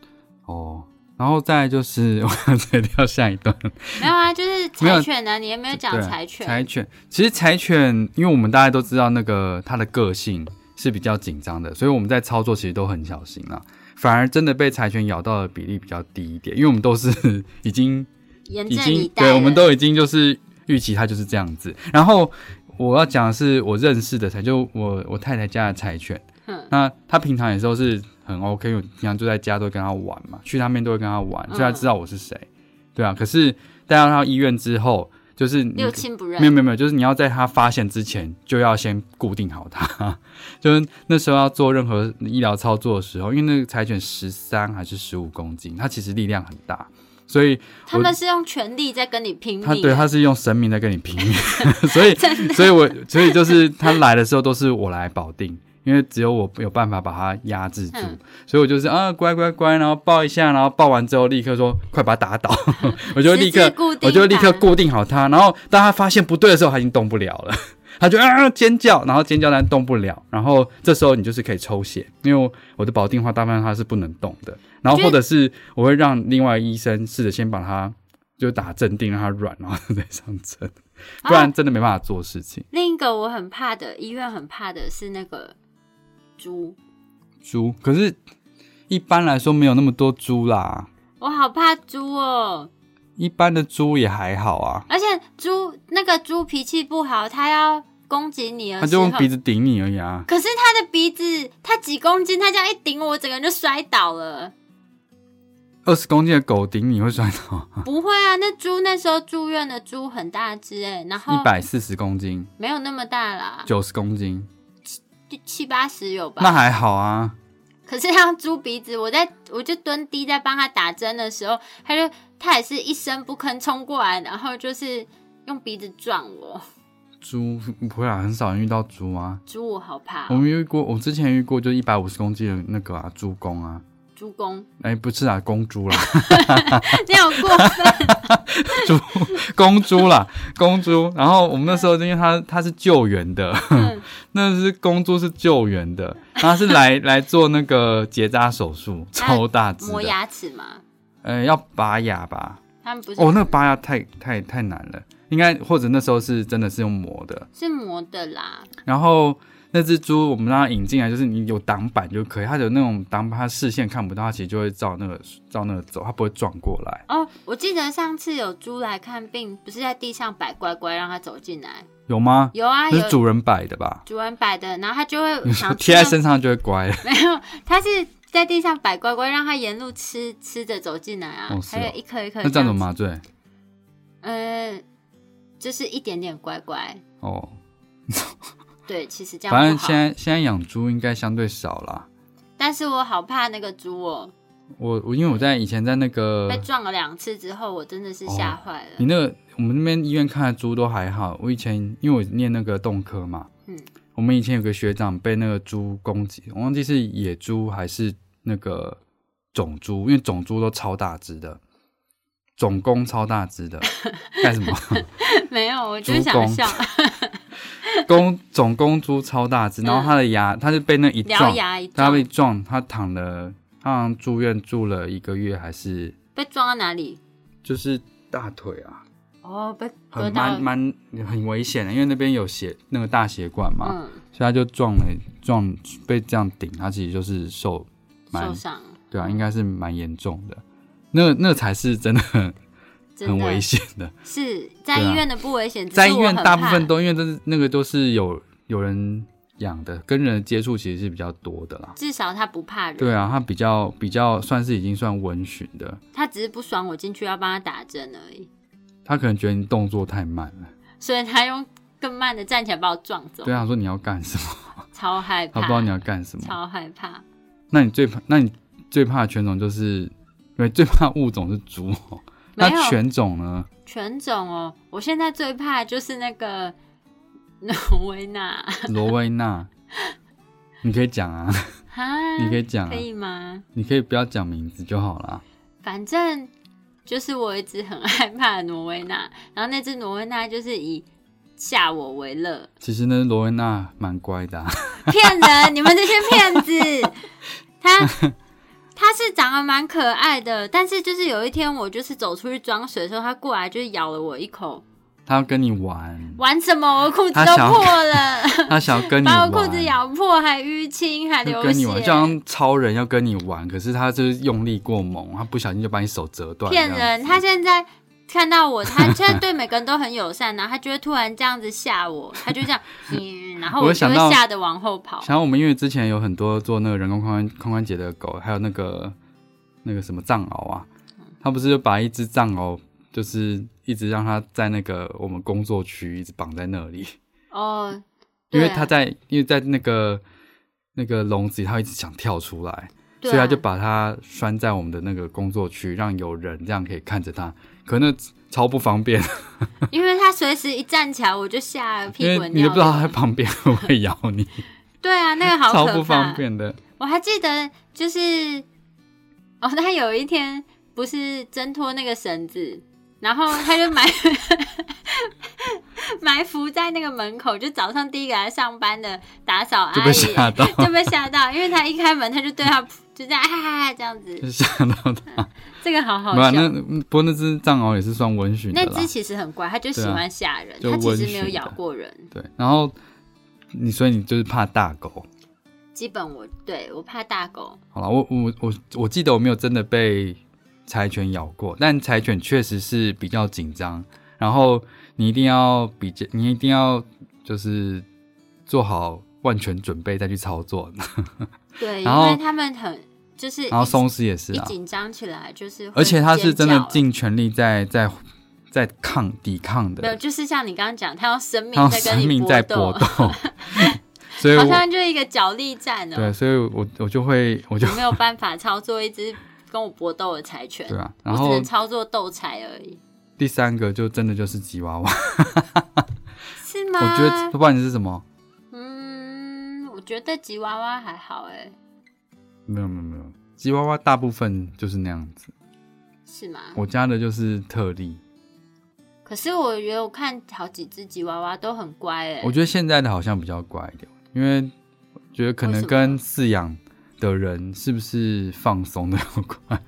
Speaker 2: 哦，然后再来就是 我要再跳下一段。
Speaker 1: 没有啊，就是
Speaker 2: 没有
Speaker 1: 柴犬啊，你也没有讲
Speaker 2: 对
Speaker 1: 柴犬，
Speaker 2: 柴犬其实柴犬，因为我们大家都知道那个它的个性是比较紧张的，所以我们在操作其实都很小心啦。反而真的被柴犬咬到的比例比较低一点，因为我们都是 已经
Speaker 1: 严
Speaker 2: 已
Speaker 1: 阵以
Speaker 2: 经
Speaker 1: 待了。
Speaker 2: 对，我们都已经就是预期它就是这样子。然后我要讲的是我认识的柴，就我我太太家的柴犬，
Speaker 1: 嗯
Speaker 2: 那它平常也都是很 OK，因为我平常就在家都会跟它玩嘛，去那边都会跟它玩，所以它
Speaker 1: 嗯
Speaker 2: 知道我是谁，对啊。可是带到到医院之后，就是你
Speaker 1: 六亲不认，
Speaker 2: 没有没有没有，就是你要在它发现之前就要先固定好它， 就是那时候要做任何医疗操作的时候，因为那个柴犬十三还是十五公斤，它其实力量很大，所以
Speaker 1: 他们是用全力在跟你啊拼命。
Speaker 2: 他对他是用生命在跟你拼 命，所以所以我所以就是他来的时候都是我来保定，因为只有我有办法把他压制住，
Speaker 1: 嗯
Speaker 2: 所以我就是啊乖乖乖，然后抱一下，然后抱完之后立刻说快把他 打倒，我就立
Speaker 1: 十字
Speaker 2: 刻
Speaker 1: 固定它
Speaker 2: 我就立刻固定好他，然后当他发现不对的时候，他已经动不了了。 他就啊尖叫，然后尖叫但动不了，然后这时候你就是可以抽血，因为我的保定话大部分它是不能动的，然后或者是我会让另外医生试着先把它就打镇定，让它软，然后再上针，不然真的没办法做事情。
Speaker 1: 另一个我很怕的，医院很怕的是那个猪，
Speaker 2: 猪可是一般来说没有那么多猪啦，
Speaker 1: 我好怕猪哦。
Speaker 2: 一般的猪也还好啊，
Speaker 1: 而且猪那个猪脾气不好，它要攻击你的
Speaker 2: 它
Speaker 1: 时
Speaker 2: 就
Speaker 1: 候
Speaker 2: 用，鼻子顶你而已啊。
Speaker 1: 可是它的鼻子，它几公斤，它这样一顶我，我整个人就摔倒了。
Speaker 2: 二十公斤的狗顶你会摔倒，
Speaker 1: 不会啊，那猪那时候住院的猪很大只哎、然后
Speaker 2: 一百四十公斤、
Speaker 1: 没有那么大啦，
Speaker 2: 九十公斤，
Speaker 1: 七七八十有
Speaker 2: 那
Speaker 1: 吧。
Speaker 2: 还好啊。
Speaker 1: 可是它猪鼻子，我在我就蹲低在帮它打针的时候，它就它也是一声不吭冲过来，然后就是用鼻子撞我。
Speaker 2: 猪不会啊，很少人遇到猪啊。
Speaker 1: 猪我好怕
Speaker 2: 我
Speaker 1: 哦、
Speaker 2: 们遇过，我之前遇过就一百五十公斤的那个啊，猪公啊，
Speaker 1: 猪公，
Speaker 2: 哎、不是啊，公 猪啦，
Speaker 1: 你好 过分。
Speaker 2: 猪公猪啦，公猪。然后我们那时候因为它它是救援的，
Speaker 1: 嗯
Speaker 2: 那只公猪是救援的，它是来来做那个结扎手术，超大只
Speaker 1: 哎磨
Speaker 2: 的，
Speaker 1: 牙齿嘛，
Speaker 2: 呃，要拔牙吧？
Speaker 1: 他们不是
Speaker 2: 哦，那个拔牙太太太难了，应该或者那时候是真的是用磨的，
Speaker 1: 是磨的啦，
Speaker 2: 然后那只猪我们让它引进来，就是你有挡板就可以，它有那种挡板，它视线看不到，它其实就会照那个照那个走，它不会撞过来。
Speaker 1: 哦，我记得上次有猪来看病，不是在地上摆乖乖让它走进来，
Speaker 2: 有吗？
Speaker 1: 有啊，
Speaker 2: 那是
Speaker 1: 有
Speaker 2: 主人摆的吧？
Speaker 1: 主人摆的，然后它就会 想
Speaker 2: 贴在
Speaker 1: 吃
Speaker 2: 身上就会乖了。
Speaker 1: 那，没有，它是在地上摆乖乖，让它沿路吃吃着走进来啊，
Speaker 2: 哦是哦
Speaker 1: 还有一颗一颗，
Speaker 2: 那这样怎么？麻醉？
Speaker 1: 呃，就是一点点乖乖，
Speaker 2: 哦，
Speaker 1: 对，其实这样
Speaker 2: 反正
Speaker 1: 不好
Speaker 2: 现，在现在养猪应该相对少啦。
Speaker 1: 但是我好怕那个猪哦，
Speaker 2: 我我因为我在以前在那个
Speaker 1: 被撞了两次之后，我真的是吓坏了，
Speaker 2: 你那个我们那边医院看的猪都还好，我以前因为我念那个动科嘛，
Speaker 1: 嗯
Speaker 2: 我们以前有个学长被那个猪攻击，我忘记是野猪还是那个种猪，因为种猪都超大只的，总攻超大 只的，干什么？
Speaker 1: 没有，我就
Speaker 2: 猪
Speaker 1: 想
Speaker 2: 公
Speaker 1: 笑，
Speaker 2: 公总公猪超大只，然后它的牙，它就被那一
Speaker 1: 嗯獠
Speaker 2: 撞，
Speaker 1: 牙一
Speaker 2: 它被
Speaker 1: 撞，
Speaker 2: 撞，它躺了，它好像住院住了一个月，还是
Speaker 1: 被撞到哪里？
Speaker 2: 就是大腿啊，
Speaker 1: 哦，被割
Speaker 2: 很
Speaker 1: 到
Speaker 2: 蛮，蛮 很危险的，因为那边有血那个大血管嘛，
Speaker 1: 嗯，
Speaker 2: 所以他就撞了撞被这样顶，他其实就是受蛮
Speaker 1: 受伤，
Speaker 2: 对啊，应该是蛮严重的，那那才是真的很
Speaker 1: 真
Speaker 2: 很危
Speaker 1: 的
Speaker 2: 险的，
Speaker 1: 是在
Speaker 2: 对啊
Speaker 1: 医院的不危险，只
Speaker 2: 在
Speaker 1: 是
Speaker 2: 医
Speaker 1: 我
Speaker 2: 院
Speaker 1: 很
Speaker 2: 大部分
Speaker 1: 怕
Speaker 2: 都因为这是那个都是有有人养的，跟人的接触其实是比较多的啦。
Speaker 1: 至少他不怕人，
Speaker 2: 对啊，他比较比较算是已经算温驯的，
Speaker 1: 他只是不爽我进去要帮他打针而已，
Speaker 2: 他可能觉得你动作太慢了，
Speaker 1: 所以他用更慢的站起来把我撞走
Speaker 2: 对，啊，他说你要干什么，
Speaker 1: 超害
Speaker 2: 他
Speaker 1: 怕，
Speaker 2: 不知道你要干什么。
Speaker 1: 超害怕，
Speaker 2: 那你最怕，那你最怕的犬种就是，对，最怕物种是猪、哦，
Speaker 1: 没
Speaker 2: 那
Speaker 1: 有
Speaker 2: 犬种 呢？
Speaker 1: 犬种哦，我现在最怕的就是那个 挪威纳
Speaker 2: 罗威纳，你可以讲啊，
Speaker 1: 哈，
Speaker 2: 你可以讲、啊
Speaker 1: 嗯可，以吗？
Speaker 2: 你可以不要讲名字就好啦。
Speaker 1: 反正就是我一直很害怕的挪威纳，然后那只挪威纳就是以吓我为乐，
Speaker 2: 其实呢，罗威纳蛮乖的、啊，
Speaker 1: 骗人！你们这些骗子，他他是长得蛮可爱的，但是就是有一天我就是走出去装水的时候，他过来就咬了我一口，
Speaker 2: 他要跟你 玩，
Speaker 1: 玩什么？我裤子
Speaker 2: 他
Speaker 1: 都
Speaker 2: 想要
Speaker 1: 破了，
Speaker 2: 他想要跟你
Speaker 1: 把
Speaker 2: 玩，
Speaker 1: 我裤子咬破，还淤青，还
Speaker 2: 就
Speaker 1: 流
Speaker 2: 跟你玩，就好
Speaker 1: 血。
Speaker 2: 像超人要跟你玩，可是他就是用力过猛，他不小心就把你手折断。
Speaker 1: 骗
Speaker 2: 这样
Speaker 1: 人！
Speaker 2: 子
Speaker 1: 他现在看到我，他现在对每个人都很友善，然后他就会突然这样子吓我，他就这样，嗯，然后
Speaker 2: 我
Speaker 1: 就
Speaker 2: 想
Speaker 1: 会
Speaker 2: 到
Speaker 1: 吓得往后跑。
Speaker 2: 想要我们因为之前有很多做那个人工髋关髋关节的狗，还有那个那个什么藏獒啊，
Speaker 1: 嗯
Speaker 2: 他不是就把一只藏獒就是一直让它在那个我们工作区一直绑在那里，
Speaker 1: 哦，
Speaker 2: 因为
Speaker 1: 对啊
Speaker 2: 它在因为在那个那个笼子里，它一直想跳出来，
Speaker 1: 对啊
Speaker 2: 所以它就把它拴在我们的那个工作区，让有人这样可以看着它，可那超不方 便，
Speaker 1: 啊因为他随时一站起来，我就吓得
Speaker 2: 因
Speaker 1: 屁
Speaker 2: 为
Speaker 1: 滚
Speaker 2: 你
Speaker 1: 尿流。
Speaker 2: 都不知道它在旁边会不会咬你，
Speaker 1: 对啊，那 个好
Speaker 2: 超
Speaker 1: 可怕。
Speaker 2: 不方便的。
Speaker 1: 我还记得，就是哦，他有一天不是挣脱那个绳子，然后他就埋 埋伏在那个门口，就早上第一个来上班的打扫
Speaker 2: 就
Speaker 1: 阿
Speaker 2: 被
Speaker 1: 姨
Speaker 2: 吓到，
Speaker 1: 就被吓到，因为他一开门，他就对他就这样哈哈哈这样子，
Speaker 2: 就吓到它。
Speaker 1: 这个好好
Speaker 2: 没有啊，
Speaker 1: 笑。
Speaker 2: 那嗯不过那只藏獒也是算温驯的
Speaker 1: 那
Speaker 2: 啦
Speaker 1: 只。其实很乖，它就喜欢吓人，
Speaker 2: 对啊
Speaker 1: 它其
Speaker 2: 就
Speaker 1: 实
Speaker 2: 温
Speaker 1: 没有
Speaker 2: 驯
Speaker 1: 咬
Speaker 2: 的
Speaker 1: 过人。
Speaker 2: 对，然后你所以你就是怕大狗。
Speaker 1: 基本我对我怕大狗，
Speaker 2: 好了，我我我我记得我没有真的被柴犬咬过，但柴犬确实是比较紧张，然后你一定要比较，你一定要就是做好万全准备再去 操作。
Speaker 1: 对，因
Speaker 2: 然后
Speaker 1: 为它们很就是
Speaker 2: 然后
Speaker 1: 一
Speaker 2: 松狮也是
Speaker 1: 一
Speaker 2: 啊，
Speaker 1: 紧张起来就是会尖叫，
Speaker 2: 而且它是真的
Speaker 1: 哎
Speaker 2: 尽全力在在在抗抵抗
Speaker 1: 没有，
Speaker 2: 的，
Speaker 1: 就是像你刚刚讲，他用生
Speaker 2: 它
Speaker 1: 命
Speaker 2: 用
Speaker 1: 在跟
Speaker 2: 生
Speaker 1: 你
Speaker 2: 命在搏
Speaker 1: 斗，
Speaker 2: 斗。所以
Speaker 1: 好
Speaker 2: 我
Speaker 1: 像就是一个角力战哦。
Speaker 2: 对，所以我我就会我就
Speaker 1: 我没有办法操作一只跟我搏斗的柴犬，
Speaker 2: 对啊，然
Speaker 1: 我只
Speaker 2: 后
Speaker 1: 能操作斗柴而已，
Speaker 2: 第三个就真的就是吉娃娃，
Speaker 1: 是
Speaker 2: 我
Speaker 1: 吗？
Speaker 2: 觉得不管你是什么，
Speaker 1: 嗯，我觉得吉娃娃还好哎，
Speaker 2: 没有没有没有，吉娃娃大部分就是那样子，
Speaker 1: 是吗？
Speaker 2: 我家的就是特例，
Speaker 1: 可是我也有看好几只吉娃娃都很乖哎
Speaker 2: 我，觉得现在的好像比较乖一点，因为我觉得可
Speaker 1: 为什
Speaker 2: 能
Speaker 1: 么
Speaker 2: 跟饲养的人是不是放松的有关，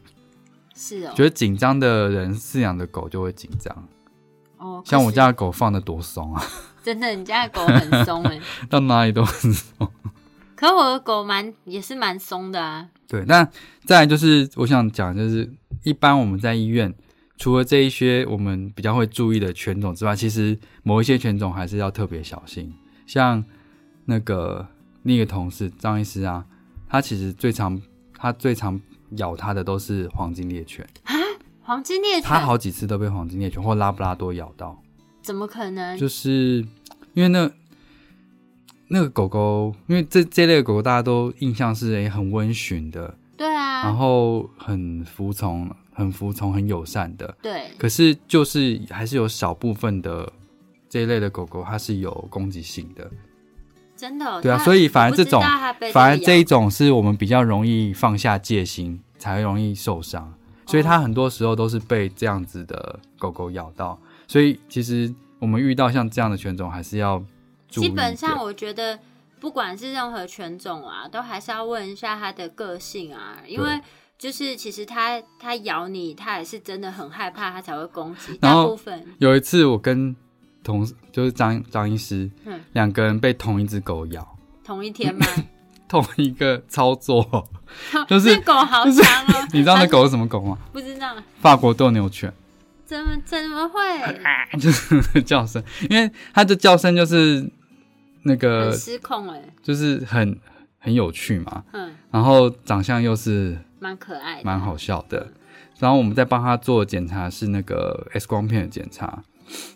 Speaker 1: 是哦
Speaker 2: 觉，得紧张的人饲养的狗就会紧张，
Speaker 1: 哦，
Speaker 2: 像我
Speaker 1: 可是
Speaker 2: 家的狗放的多松啊，
Speaker 1: 真的，你家的狗很松哎，
Speaker 2: 到哪里都很松。
Speaker 1: 可我的狗蛮也是蛮松的啊，
Speaker 2: 对，那再来就是我想讲，就是一般我们在医院，除了这一些我们比较会注意的犬种之外，其实某一些犬种还是要特别小心。像那个另一个同事张医师啊，他其实最常他最常咬他的都是黄金猎犬，
Speaker 1: 黄金猎犬
Speaker 2: 他好几次都被黄金猎犬或拉布拉多咬到，
Speaker 1: 怎么可能？
Speaker 2: 就是因为那。那个狗狗，因为这这类的狗狗，大家都印象是诶、很温驯的，
Speaker 1: 对
Speaker 2: 然
Speaker 1: 啊，
Speaker 2: 后很服从、很服从、很友善的。
Speaker 1: 对。
Speaker 2: 可是就是还是有少部分的这一类的狗狗，它是有攻击性的，
Speaker 1: 真的哦、
Speaker 2: 对啊
Speaker 1: 他
Speaker 2: 所以反而这种
Speaker 1: 我不知道他被
Speaker 2: 反而这
Speaker 1: 样哦
Speaker 2: 一种是我们比较容易放下戒心，才容易受伤。所以它很多时候都是被这样子的狗狗咬到。所以其实我们遇到像这样的犬种，还是要注
Speaker 1: 基
Speaker 2: 意一点。
Speaker 1: 本上我觉得，不管是任何犬种啊，都还是要问一下它的个性啊，因为就是其实它它咬你，它也是真的很害怕，它才会攻击。
Speaker 2: 然
Speaker 1: 大
Speaker 2: 后
Speaker 1: 部分
Speaker 2: 有一次我跟同事就是张张医师
Speaker 1: 嗯，
Speaker 2: 两、个人被同一只狗咬，
Speaker 1: 同一天嘛，
Speaker 2: 同一个操作。 就是
Speaker 1: 这狗好强哦、
Speaker 2: 你知道那狗是什么狗吗？
Speaker 1: 不知道
Speaker 2: 法国斗牛犬，
Speaker 1: 怎么怎么会
Speaker 2: 就是叫声，因为它的叫声就是那
Speaker 1: 很
Speaker 2: 个
Speaker 1: 失控哎、
Speaker 2: 就是很很有趣嘛，
Speaker 1: 嗯，
Speaker 2: 然后长相又是
Speaker 1: 蛮可爱的，
Speaker 2: 呃蛮好笑的。然后我们在帮他做检查是那个 X 光片的检查，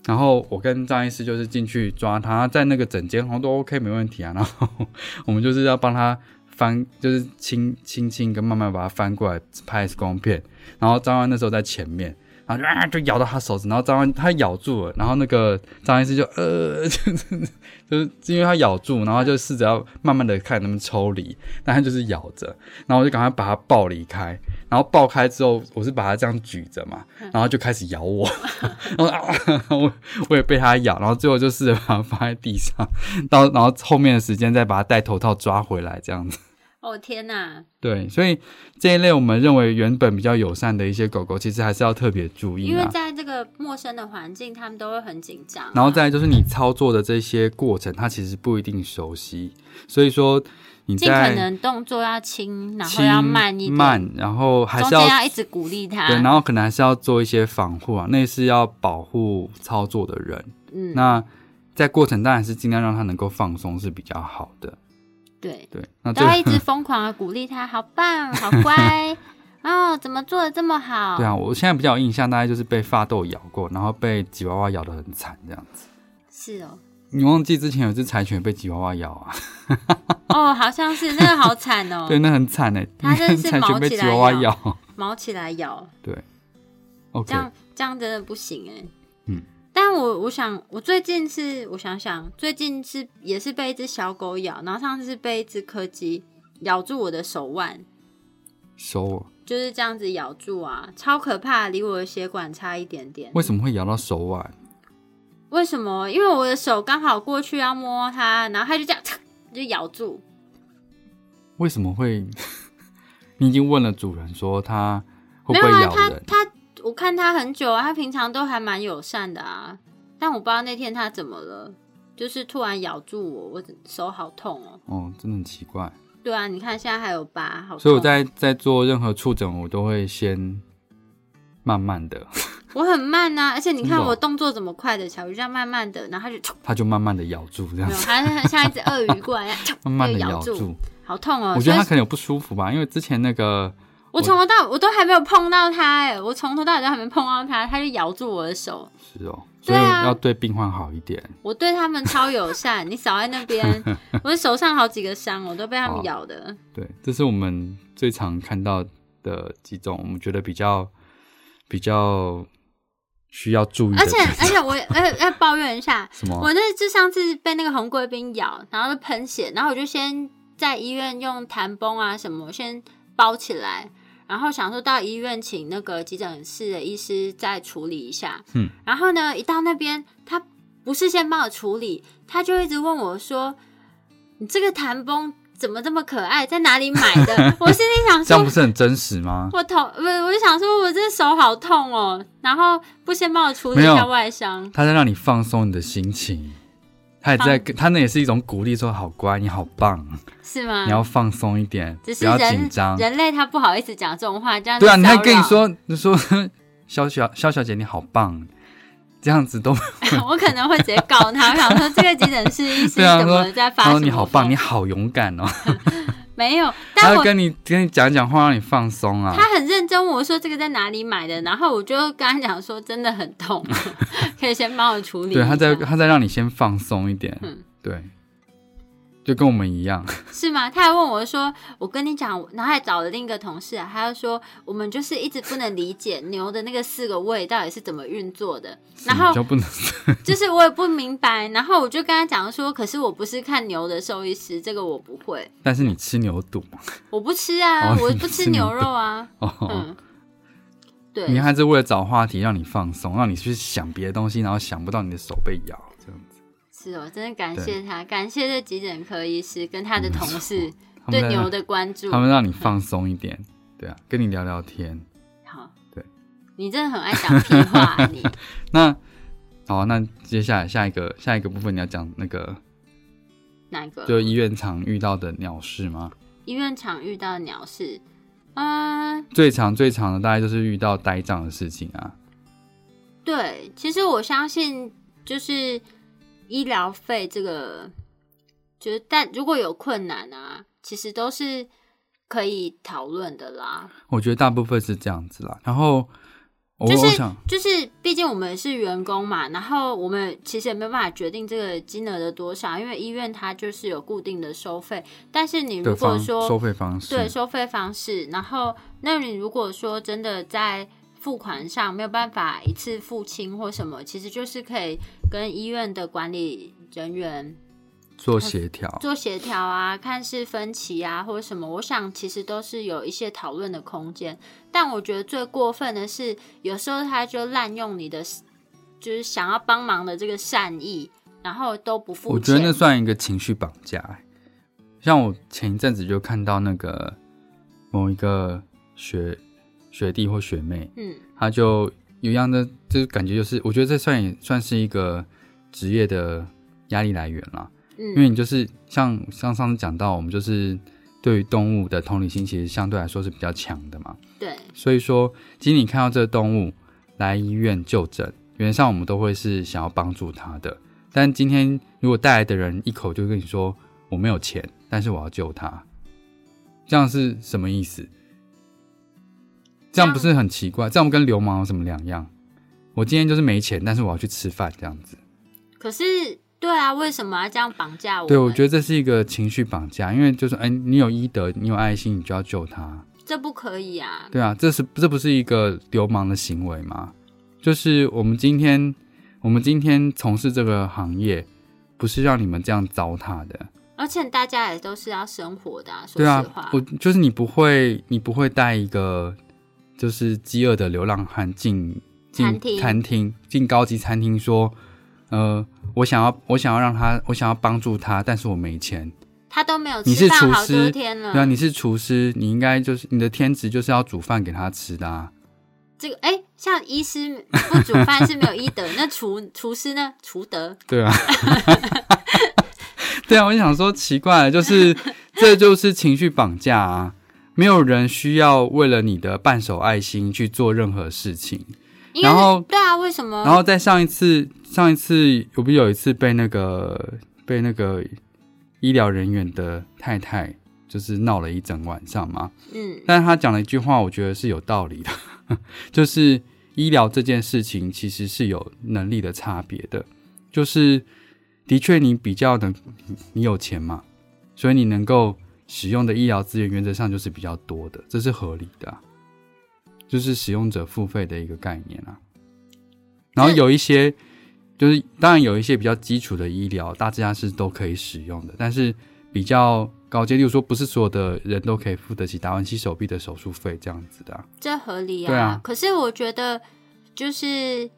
Speaker 2: 然后我跟张医师就是进去抓他，在那个整间好像都 OK 没问题啊，然后我们就是要帮他翻，就是轻轻轻跟慢慢把它翻过来拍 X 光片，然后张安那时候在前面。然后就啊，就咬到他手指，然后张安他咬住了，然后那个张医师就呃， 就是就是因为他咬住，然后他就试着要慢慢的看能不能抽离，但他就是咬着，然后我就赶快把他抱离开，然后抱开之后，我是把它这样举着嘛，
Speaker 1: 嗯
Speaker 2: 然后就开始咬我， 然后 啊，我我也被它咬，然后最后就试着把它放在地上，到然后后面的时间再把它戴头套抓回来这样子。
Speaker 1: 哦天哪、
Speaker 2: 对，所以这一类我们认为原本比较友善的一些狗狗，其实还是要特别注意
Speaker 1: 因为
Speaker 2: 啊。
Speaker 1: 在这个陌生的环境，他们都会很紧张啊、
Speaker 2: 然后再来就是你操作的这些过程，它其实不一定熟悉，所以说你
Speaker 1: 尽可
Speaker 2: 在
Speaker 1: 能动作要轻，然后
Speaker 2: 轻
Speaker 1: 要慢一点，
Speaker 2: 慢，然后还
Speaker 1: 中
Speaker 2: 是要
Speaker 1: 间要一直鼓励他。
Speaker 2: 对，然后可能还是要做一些防护啊，那是要保护操作的人。
Speaker 1: 嗯，
Speaker 2: 那在过程当然是尽量让他能够放松是比较好的。
Speaker 1: 对，
Speaker 2: 啊对，那这
Speaker 1: 都要一
Speaker 2: 个
Speaker 1: 直疯狂的鼓励他，好棒，好 乖，哦，怎么做的这么好？
Speaker 2: 对啊，我现在比较有印象，大概就是被发豆咬过，然后被吉娃娃咬得很惨这样子。
Speaker 1: 是哦，
Speaker 2: 你忘记之前有一只柴犬被吉娃娃咬啊？
Speaker 1: 哦，好像是那个好惨哦，
Speaker 2: 对，那很惨哎、
Speaker 1: 它真的是
Speaker 2: 柴犬
Speaker 1: 毛起
Speaker 2: 被吉
Speaker 1: 来
Speaker 2: 娃娃
Speaker 1: 咬
Speaker 2: 咬。
Speaker 1: 毛起来咬，这
Speaker 2: OK，
Speaker 1: 样这样真的不行哎。
Speaker 2: 嗯，
Speaker 1: 但我我想，我最近是我想想，最近是也是被一只小狗咬，然后上次是被一只柯基咬住我的手腕，
Speaker 2: 手腕
Speaker 1: 就是这样子咬住啊，超可怕，离我的血管差一点点。
Speaker 2: 为什么会咬到手腕？
Speaker 1: 为什么？因为我的手刚好过去要摸它，然后它就这样就咬住。
Speaker 2: 为什么会？ 你已经问了主人说它会
Speaker 1: 没
Speaker 2: 不
Speaker 1: 有
Speaker 2: 会
Speaker 1: 啊，
Speaker 2: 咬
Speaker 1: 它
Speaker 2: 人？
Speaker 1: 它，我看它很久啊，它平常都还蛮友善的啊，但我不知道那天它怎么了，就是突然咬住我，我手好痛哦。
Speaker 2: 哦，真的很奇怪。
Speaker 1: 对啊，你看现在还有疤，好痛。
Speaker 2: 所以我在在做任何触诊，我都会先慢慢的，
Speaker 1: 我很慢呐、啊，而且你
Speaker 2: 真
Speaker 1: 看
Speaker 2: 的哦
Speaker 1: 我动作怎么快的巧，我就这样慢慢的，然后它就
Speaker 2: 它就慢慢的咬住，这样
Speaker 1: 没有，它很像一只鳄鱼过来，
Speaker 2: 慢慢
Speaker 1: 就
Speaker 2: 的
Speaker 1: 咬
Speaker 2: 咬住。
Speaker 1: 好痛哦。
Speaker 2: 我觉得它
Speaker 1: 所以
Speaker 2: 可能有不舒服吧，因为之前那个
Speaker 1: 我从头到我都还没有碰到它，哎，我从头到尾都还没碰到它，它就咬住我的手。
Speaker 2: 是哦，
Speaker 1: 对
Speaker 2: 所以
Speaker 1: 啊
Speaker 2: 要对病患好一点。
Speaker 1: 我对他们超友善，你少在那 边，我手上好几个伤，我都被他们
Speaker 2: 好
Speaker 1: 咬的。
Speaker 2: 对，这是我们最常看到的几种，我们觉得比较比较需要注意的
Speaker 1: 而
Speaker 2: 这
Speaker 1: 且
Speaker 2: 种。
Speaker 1: 而且我也要要抱怨一 下，
Speaker 2: 什么？
Speaker 1: 我那次上次被那个红贵宾咬，然后就喷血，然后我就先在医院用弹绷啊什么先包起来，然后想说到医院请那个急诊室的医师再处理一下。
Speaker 2: 嗯，
Speaker 1: 然后呢，一到那边他不是先帮我处理，他就一直问我说：“你这个弹绷怎么这么可爱，在哪里买 的？”我心里想
Speaker 2: 这
Speaker 1: 说
Speaker 2: 样不。是很真实 吗？
Speaker 1: 我头不是，我就想说，我这手好痛哦，然后不先帮我处理一
Speaker 2: 没有
Speaker 1: 下外伤，
Speaker 2: 它在让你放松你的心情，它也在，它那也是一种鼓励，说好乖，你好棒，啊
Speaker 1: 是吗？
Speaker 2: 你要放松一点，
Speaker 1: 嗯只是
Speaker 2: 不要紧
Speaker 1: 人
Speaker 2: 张。
Speaker 1: 人类他不好意思讲这种话，这样
Speaker 2: 对
Speaker 1: 就
Speaker 2: 啊，你
Speaker 1: 骚
Speaker 2: 还跟你
Speaker 1: 扰，
Speaker 2: 说，你说 肖小肖小姐你好棒，这样子都
Speaker 1: 我可能会直接告他，我想说这个急诊室医师
Speaker 2: 对啊，
Speaker 1: 怎
Speaker 2: 说
Speaker 1: 么在发
Speaker 2: 她
Speaker 1: 什
Speaker 2: 说
Speaker 1: 么
Speaker 2: 你好棒，
Speaker 1: 疯
Speaker 2: 你好勇敢哦，
Speaker 1: 没有，
Speaker 2: 她
Speaker 1: 但
Speaker 2: 要
Speaker 1: 我。
Speaker 2: 跟你跟你讲讲话，让你放松啊。
Speaker 1: 他很认真，我说这个在哪里买的，然后我就跟他讲说真的很痛， 可以先帮我处理一
Speaker 2: 对，
Speaker 1: 下。
Speaker 2: 她在她在让你先放松一点
Speaker 1: 嗯，
Speaker 2: 对，就跟我们一样，
Speaker 1: 是吗？他还问我说：“我跟你讲，然后还找了另一个同事、啊，他就说我们就是一直不能理解牛的那个四个胃到底是怎么运作的。”然后
Speaker 2: 你就不能
Speaker 1: 就是我也不明白，然后我就跟他讲说，可是我不是看牛的兽医师，这个我不会，
Speaker 2: 但是你吃牛肚
Speaker 1: 我不吃啊，
Speaker 2: 哦
Speaker 1: 我不吃牛肉啊，
Speaker 2: 哦，
Speaker 1: 嗯，对，
Speaker 2: 明翰是为了找话题让你放松，让你去想别的东西，然后想不到你的手被咬这样子。
Speaker 1: 是哦，真的感谢他，感谢这急诊科医师跟他的同事
Speaker 2: 他
Speaker 1: 对
Speaker 2: 们在
Speaker 1: 牛的关注
Speaker 2: 他。们让你放松一点，对啊，跟你聊聊天。
Speaker 1: 好，
Speaker 2: 对，
Speaker 1: 你真的很爱讲屁话啊、 你。
Speaker 2: 那好，啊那接下来下一个下一个部分你要讲那个，
Speaker 1: 哪一个？
Speaker 2: 就医院常遇到的鸟事吗？
Speaker 1: 医院常遇到的鸟事，嗯，
Speaker 2: 最常最常的大概就是遇到呆账的事情啊，
Speaker 1: 对，其实我相信，就是医疗费这个，就是但如果有困难啊，其实都是可以讨论的啦。
Speaker 2: 我觉得大部分是这样子啦。然后我、
Speaker 1: 就是
Speaker 2: 哦我想，
Speaker 1: 就是毕竟我们是员工嘛，然后我们其实也没有办法决定这个金额的多少，因为医院它就是有固定的收费。但是你如
Speaker 2: 的
Speaker 1: 果
Speaker 2: 方
Speaker 1: 说
Speaker 2: 收费方式，
Speaker 1: 对收费方式，然后那你如果说真的在付款上没有办法一次付清或什么，其实就是可以跟医院的管理人员
Speaker 2: 做协调，
Speaker 1: 做协调啊，看是分歧啊或者什么，我想其实都是有一些讨论的空间。但我觉得最过分的是，有时候他就滥用你的，就是想要帮忙的这个善意，然后都不付钱。
Speaker 2: 我觉得那算一个情绪绑架、欸。像我前一阵子就看到那个某一个学学弟或学妹，
Speaker 1: 嗯，
Speaker 2: 他就有一样的，就是感觉就是，我觉得这算也算是一个职业的压力来源啦。
Speaker 1: 嗯
Speaker 2: 因为你就是像像上次讲到，我们就是对于动物的同理心其实相对来说是比较强的嘛。
Speaker 1: 对，
Speaker 2: 所以说，今天你看到这个动物来医院就诊，原则上我们都会是想要帮助它的。但今天如果带来的人一口就跟你说我没有钱，但是我要救它，这样是什么意思？这样不是很奇怪？这样跟流氓有什么两样？我今天就是没钱，但是我要去吃饭，这样子。
Speaker 1: 可是对啊，为什么要这样绑架我？
Speaker 2: 对，我
Speaker 1: 得
Speaker 2: 觉得这是一个情绪绑架，因为就是哎，你有医德，你有爱心，你就要救他。
Speaker 1: 这不可以啊。
Speaker 2: 对啊，这是这不是一个流氓的行为吗？就是我们今天，我们今天从事这个行业，不是让你们这样糟蹋的。
Speaker 1: 而且大家也都是要生活的、啊，说
Speaker 2: 对
Speaker 1: 实
Speaker 2: 啊
Speaker 1: 话，，
Speaker 2: 我就是你不会，你不会带一个就是饥饿的流浪汉进进
Speaker 1: 餐厅
Speaker 2: 餐厅进高级餐厅说，呃，我想要我想要让他，我想要帮助他，但是我没钱。
Speaker 1: 他都没有
Speaker 2: 你
Speaker 1: 吃
Speaker 2: 是
Speaker 1: 饭
Speaker 2: 厨
Speaker 1: 好多
Speaker 2: 师
Speaker 1: 天了。
Speaker 2: 对啊，你是厨师，你应该就是你的天职就是要煮饭给他吃的啊。
Speaker 1: 这个哎，像医师不煮饭是没有医德， 那厨厨师呢？厨德
Speaker 2: 对啊， 对啊，我就想说奇怪，就是这就是情绪绑架啊！没有人需要为了你的半手爱心去做任何事情。
Speaker 1: 应该是
Speaker 2: 然后
Speaker 1: 对啊，为什么？
Speaker 2: 然后在上一次，上一次我不是有一次被那个被那个医疗人员的太太就是闹了一整晚上嘛？
Speaker 1: 嗯，
Speaker 2: 但是他讲了一句话，我觉得是有道理的， 就是医疗这件事情其实是有能力的差别的，就是的确你比较能，你你有钱嘛，所以你能够使用的医疗资源原则上就是比较多的，这是合理的啊、就是使用者付费的一个概念啊。然后有一些就是当然有一些比较基础的医疗，大家是都可以使用的，但是比较高阶，例如说不是所有的人都可以付得起达文西手臂的手术费这样子的啊、
Speaker 1: 这合理
Speaker 2: 对啊
Speaker 1: 可是我觉得就是。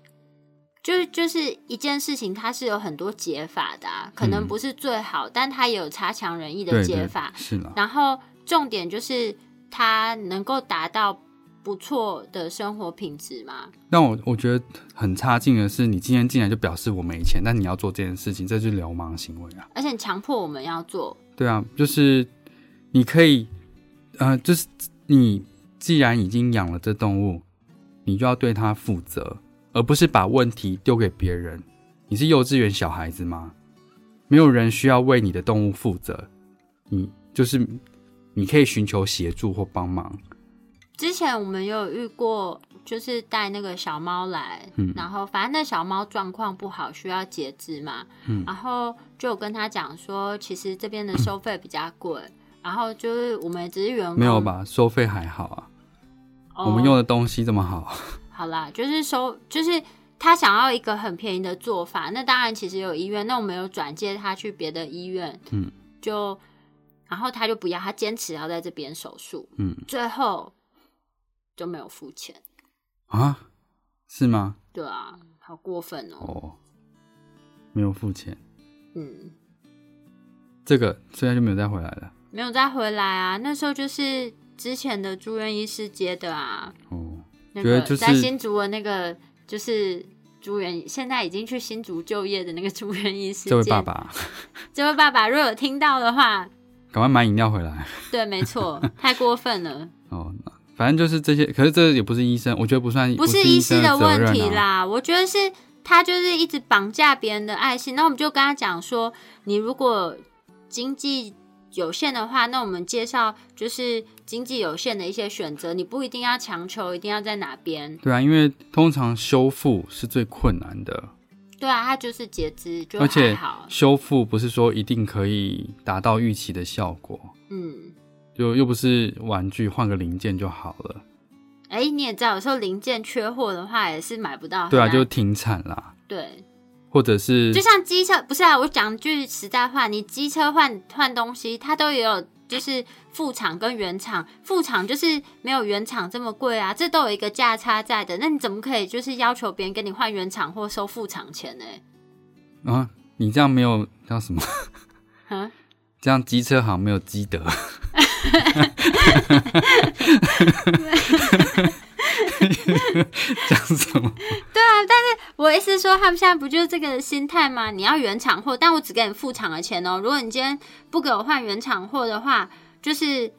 Speaker 1: 就就是一件事情，它是有很多解法的、啊，可能
Speaker 2: 嗯
Speaker 1: 不是最好，但它也有差强人意的
Speaker 2: 对
Speaker 1: 解
Speaker 2: 对
Speaker 1: 法。
Speaker 2: 是啦，
Speaker 1: 然后重点就是它能够达到不错的生活品质嘛？
Speaker 2: 但我我觉得很差劲的是，你今天进来就表示我没钱，但你要做这件事情，这就是流氓行为啊！
Speaker 1: 而且强迫我们要做，
Speaker 2: 对啊，就是你可以，呃，就是你既然已经养了这动物，你就要对它负责，而不是把问题丢给别人。你是幼稚园小孩子吗？没有人需要为你的动物负责，你就是你可以寻求协助或帮忙。
Speaker 1: 之前我们也有遇过，就是带那个小猫来，
Speaker 2: 嗯
Speaker 1: 然后反正那小猫状况不好，需要截肢嘛，
Speaker 2: 嗯
Speaker 1: 然后就有跟他讲说，其实这边的收费比较贵，然后就是我们只是员工
Speaker 2: 没有？吧？收费还好啊，
Speaker 1: 哦
Speaker 2: 我们用的东西这么好，
Speaker 1: 好啦，就是收，就是他想要一个很便宜的做法。那当然，其实有医院，那我们有转介他去别的医院，
Speaker 2: 嗯，
Speaker 1: 就然后他就不要，他坚持要在这边手术，
Speaker 2: 嗯，
Speaker 1: 最后就没有付钱。
Speaker 2: 啊，是吗？
Speaker 1: 对啊，好过分哦。
Speaker 2: 哦，没有付钱，
Speaker 1: 嗯，
Speaker 2: 这个所以他就没有再回来了。
Speaker 1: 没有再回来啊。那时候就是之前的住院医师接的啊，
Speaker 2: 哦，
Speaker 1: 那
Speaker 2: 觉得
Speaker 1: 个、
Speaker 2: 就是
Speaker 1: 在新竹的那个就是住院，现在已经去新竹就业的那个住院医师接。
Speaker 2: 这位爸，爸，
Speaker 1: 这位爸爸，如果有听到的话，
Speaker 2: 赶快买饮料回来。
Speaker 1: 对，没错，太过分 了，
Speaker 2: 哦，反正就是这些，可是这也不是医生，我觉得不算，
Speaker 1: 不
Speaker 2: 是
Speaker 1: 医师
Speaker 2: 生的责任
Speaker 1: 问
Speaker 2: 啊
Speaker 1: 题。啦。我觉得是他就是一直绑架别人的爱心。那我们就跟他讲说，你如果经济有限的话，那我们介绍就是经济有限的一些选择，你不一定要强求一定要在哪边。
Speaker 2: 对啊，因为通常修复是最困难的，
Speaker 1: 对啊，他就是截肢就
Speaker 2: 而
Speaker 1: 还
Speaker 2: 且
Speaker 1: 好，
Speaker 2: 修复不是说一定可以达到预期的效果，
Speaker 1: 嗯。
Speaker 2: 就又不是玩具换个零件就好了。
Speaker 1: 哎、你也知道，有时候零件缺货的话，也是买不到。
Speaker 2: 对啊，
Speaker 1: 很
Speaker 2: 就
Speaker 1: 难
Speaker 2: 停产啦，
Speaker 1: 对，
Speaker 2: 或者是
Speaker 1: 就像机车，不是啊，我讲句实在话，你机车换换东西，它都也有就是副厂跟原厂，副厂就是没有原厂这么贵啊，这都有一个价差在的，那你怎么可以就是要求别人跟你换原厂或收副厂钱呢？
Speaker 2: 啊，你这样没有叫什么？
Speaker 1: 啊，
Speaker 2: 这样机车行没有积德。讲什么？
Speaker 1: 我意思是说，他们现在不就是这个心态吗？你要原厂货，但我只给你副厂的钱哦。如果你今天不给我换原厂货的话，就是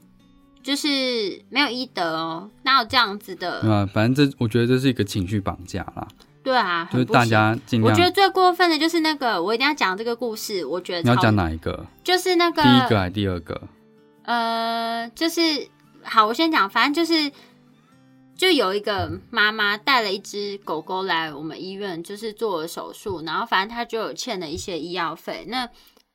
Speaker 1: 就是没有医德哦，哪有这样子的？
Speaker 2: 啊，反正这我觉得这是一个情绪绑架啦，
Speaker 1: 对啊，
Speaker 2: 就
Speaker 1: 很
Speaker 2: 是
Speaker 1: 不
Speaker 2: 大
Speaker 1: 行
Speaker 2: 家尽
Speaker 1: 我
Speaker 2: 量
Speaker 1: 觉得最过分的就是那个，我一定要讲这个故事。我觉得
Speaker 2: 你要
Speaker 1: 超
Speaker 2: 讲哪一个？
Speaker 1: 就是那个
Speaker 2: 第一个还是第二个？
Speaker 1: 呃，就是好，我先讲，反正就是呃就有一个妈妈带了一只狗狗来我们医院，就是做了手术，然后反正她就有欠了一些医药费，那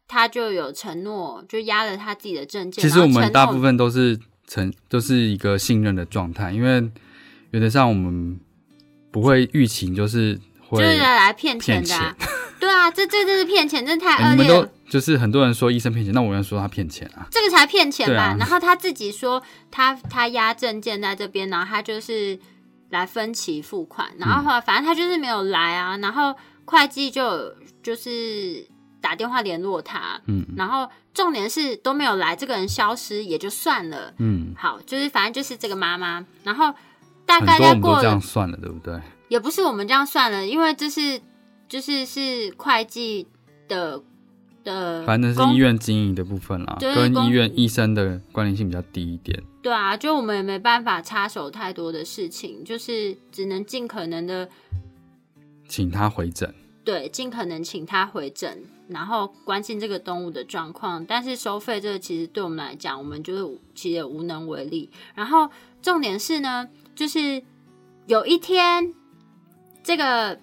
Speaker 1: 她就有承诺，就压了她自己的证件。
Speaker 2: 其实我
Speaker 1: 然
Speaker 2: 们
Speaker 1: 后承诺
Speaker 2: 大部分都是成都是一个信任的状态，因为原则上我们不会预期就是会、
Speaker 1: 就是来骗钱的、啊，对啊，这这这是骗钱，真的太
Speaker 2: 哎
Speaker 1: 恶
Speaker 2: 你们
Speaker 1: 劣了
Speaker 2: 都。就是很多人说医生骗钱，那我要说他骗钱啊，
Speaker 1: 这个才骗钱
Speaker 2: 对
Speaker 1: 吧？
Speaker 2: 啊
Speaker 1: 然后他自己说他他押证件在这边，然后他就是来分期付款，然
Speaker 2: 嗯
Speaker 1: 后后来反正他就是没有来啊，然后会计就有就是打电话联络他，
Speaker 2: 嗯
Speaker 1: 然后重点是都没有来，这个人消失也就算了，
Speaker 2: 嗯，
Speaker 1: 好，就是反正就是这个妈妈，然后大
Speaker 2: 很
Speaker 1: 概
Speaker 2: 多我
Speaker 1: 在
Speaker 2: 们
Speaker 1: 过
Speaker 2: 都这
Speaker 1: 了
Speaker 2: 样算了，对不对？
Speaker 1: 也不是我们这样算了，因为这是就是是会计的的，
Speaker 2: 反正是
Speaker 1: 工
Speaker 2: 医院经营的部分啦，
Speaker 1: 就是
Speaker 2: 跟
Speaker 1: 公
Speaker 2: 医院医生的关联性比较低一点。
Speaker 1: 对啊，就我们也没办法插手太多的事情，就是只能尽可能的
Speaker 2: 请他回诊，
Speaker 1: 对，尽可能请他回诊，然后关心这个动物的状况。但是收费这个其实对我们来讲，我们就是其实也无能为力。然后重点是呢，就是有一天，这个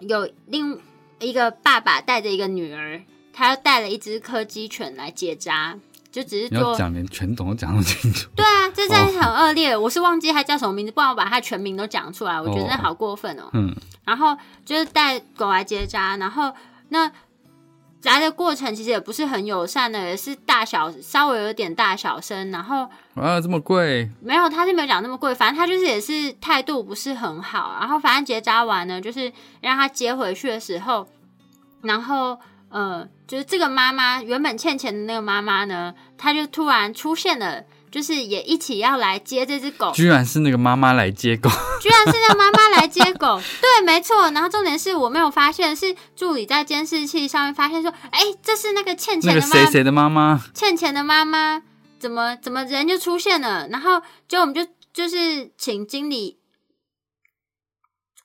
Speaker 1: 有另一个爸爸带着一个女儿，他带了一只柯基犬来结扎，就只是
Speaker 2: 你
Speaker 1: 做
Speaker 2: 要讲连全懂都讲得清楚。
Speaker 1: 对啊，这真的很恶劣。我是忘记他叫什么名字，不然我把他全名都讲出来，我觉得
Speaker 2: 哦
Speaker 1: 那好过分哦。
Speaker 2: 嗯，
Speaker 1: 然后就是带狗来结扎，然后那来的过程其实也不是很友善的，也是大小稍微有点大小声，然后
Speaker 2: 啊，这么贵，
Speaker 1: 没有，他是没有讲那么贵，反正他就是也是态度不是很好。啊然后反正结扎完呢，就是让他接回去的时候，然后呃，就是这个妈妈原本欠钱的那个妈妈呢，她就突然出现了，就是也一起要来接这只狗，
Speaker 2: 居然是那个妈妈来接狗，
Speaker 1: 居然是让妈妈来接狗，对，没错。然后重点是我没有发现，是助理在监视器上面发现说，哎，这是那个欠
Speaker 2: 那
Speaker 1: 钱
Speaker 2: 个
Speaker 1: 的妈
Speaker 2: 谁
Speaker 1: 妈
Speaker 2: 谁的妈妈，
Speaker 1: 欠钱的妈妈怎么怎么人就出现了，然后就我们就就是请经理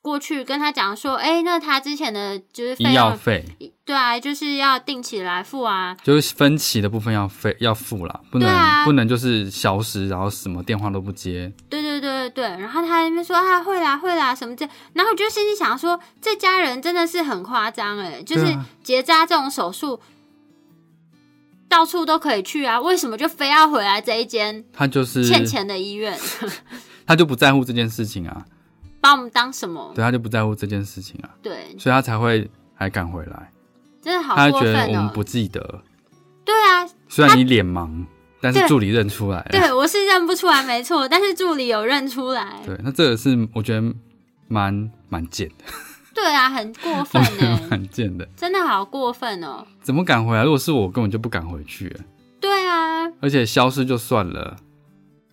Speaker 1: 过去跟他讲说，哎、那他之前的就是费
Speaker 2: 医药
Speaker 1: 用，
Speaker 2: 费
Speaker 1: 对啊，就是要定期来付啊，
Speaker 2: 就是分期的部分要费要付啦，不能、
Speaker 1: 对啊
Speaker 2: 不能就是消失，然后什么电话都不接，
Speaker 1: 对对对对对，然后他在那边说啊会啦会啦什么这，然后我就心里想说，这家人真的是很夸张哎、就是
Speaker 2: 对啊
Speaker 1: 结扎这种手术。到处都可以去啊，为什么就非要回来这一间
Speaker 2: 他就是
Speaker 1: 欠钱的医院？
Speaker 2: 他就不在乎这件事情啊，
Speaker 1: 把我们当什么？
Speaker 2: 对他就不在乎这件事情啊，
Speaker 1: 对，
Speaker 2: 所以他才会还敢回来，
Speaker 1: 真的好
Speaker 2: 他
Speaker 1: 过
Speaker 2: 觉得
Speaker 1: 分
Speaker 2: 我们
Speaker 1: 哦！
Speaker 2: 不记得，
Speaker 1: 对啊，
Speaker 2: 虽然你脸盲，但是
Speaker 1: 对
Speaker 2: 助理认出来了。
Speaker 1: 对，我是认不出来，没错，但是助理有认出来。
Speaker 2: 对，那这个是我觉得蛮蛮贱的，
Speaker 1: 对啊，很 过
Speaker 2: 我
Speaker 1: 分
Speaker 2: 觉得
Speaker 1: 哎、
Speaker 2: 蛮贱的。
Speaker 1: 真的好过分哦。
Speaker 2: 怎么敢回来？如果是我，我根本就不敢回去了，
Speaker 1: 对啊，
Speaker 2: 而且消失就算了，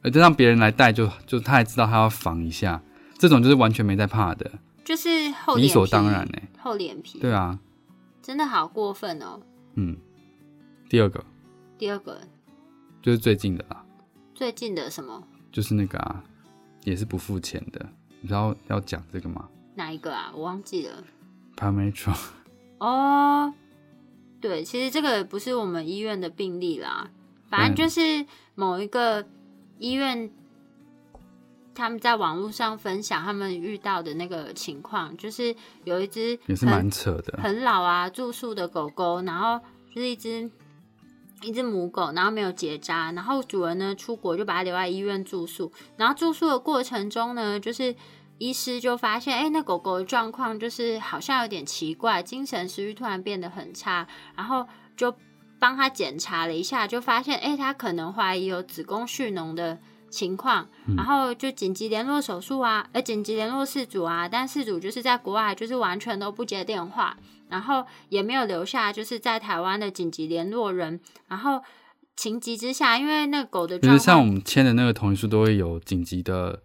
Speaker 2: 而且让别人来带就，就他还知道他要防一下，这种就是完全没在怕的，
Speaker 1: 就是厚脸皮，
Speaker 2: 理所当然哎、
Speaker 1: 厚脸皮，
Speaker 2: 对啊，
Speaker 1: 真的好过分哦。
Speaker 2: 嗯。第二个
Speaker 1: 第二个
Speaker 2: 就是最近的啦，
Speaker 1: 最近的什么
Speaker 2: 就是那个啊，也是不付钱的，你知道要讲这个吗
Speaker 1: 哪一个啊？我忘记了
Speaker 2: p a m e t r o
Speaker 1: 哦。对，其实这个也不是我们医院的病例啦，反正
Speaker 2: 对
Speaker 1: 就是某一个医院。他们在网络上分享他们遇到的那个情况，就是有一只
Speaker 2: 也是
Speaker 1: 很
Speaker 2: 蛮扯的，
Speaker 1: 很老啊，住宿的狗狗，然后就是一只一只母狗，然后没有结扎，然后主人呢出国就把它留在医院住宿，然后住宿的过程中呢，就是医师就发现，哎、那狗狗的状况就是好像有点奇怪，精神食欲突然变得很差，然后就帮它检查了一下，就发现，哎、它可能怀疑有子宫蓄脓的情况，
Speaker 2: 嗯
Speaker 1: 然后就紧急联络手术啊，呃，紧急联络事主啊，但事主就是在国外，就是完全都不接电话，然后也没有留下就是在台湾的紧急联络人，然后情急之下，因为那个狗的
Speaker 2: 就是
Speaker 1: 状
Speaker 2: 像我
Speaker 1: 况，
Speaker 2: 们签的那个同意书都会有紧急的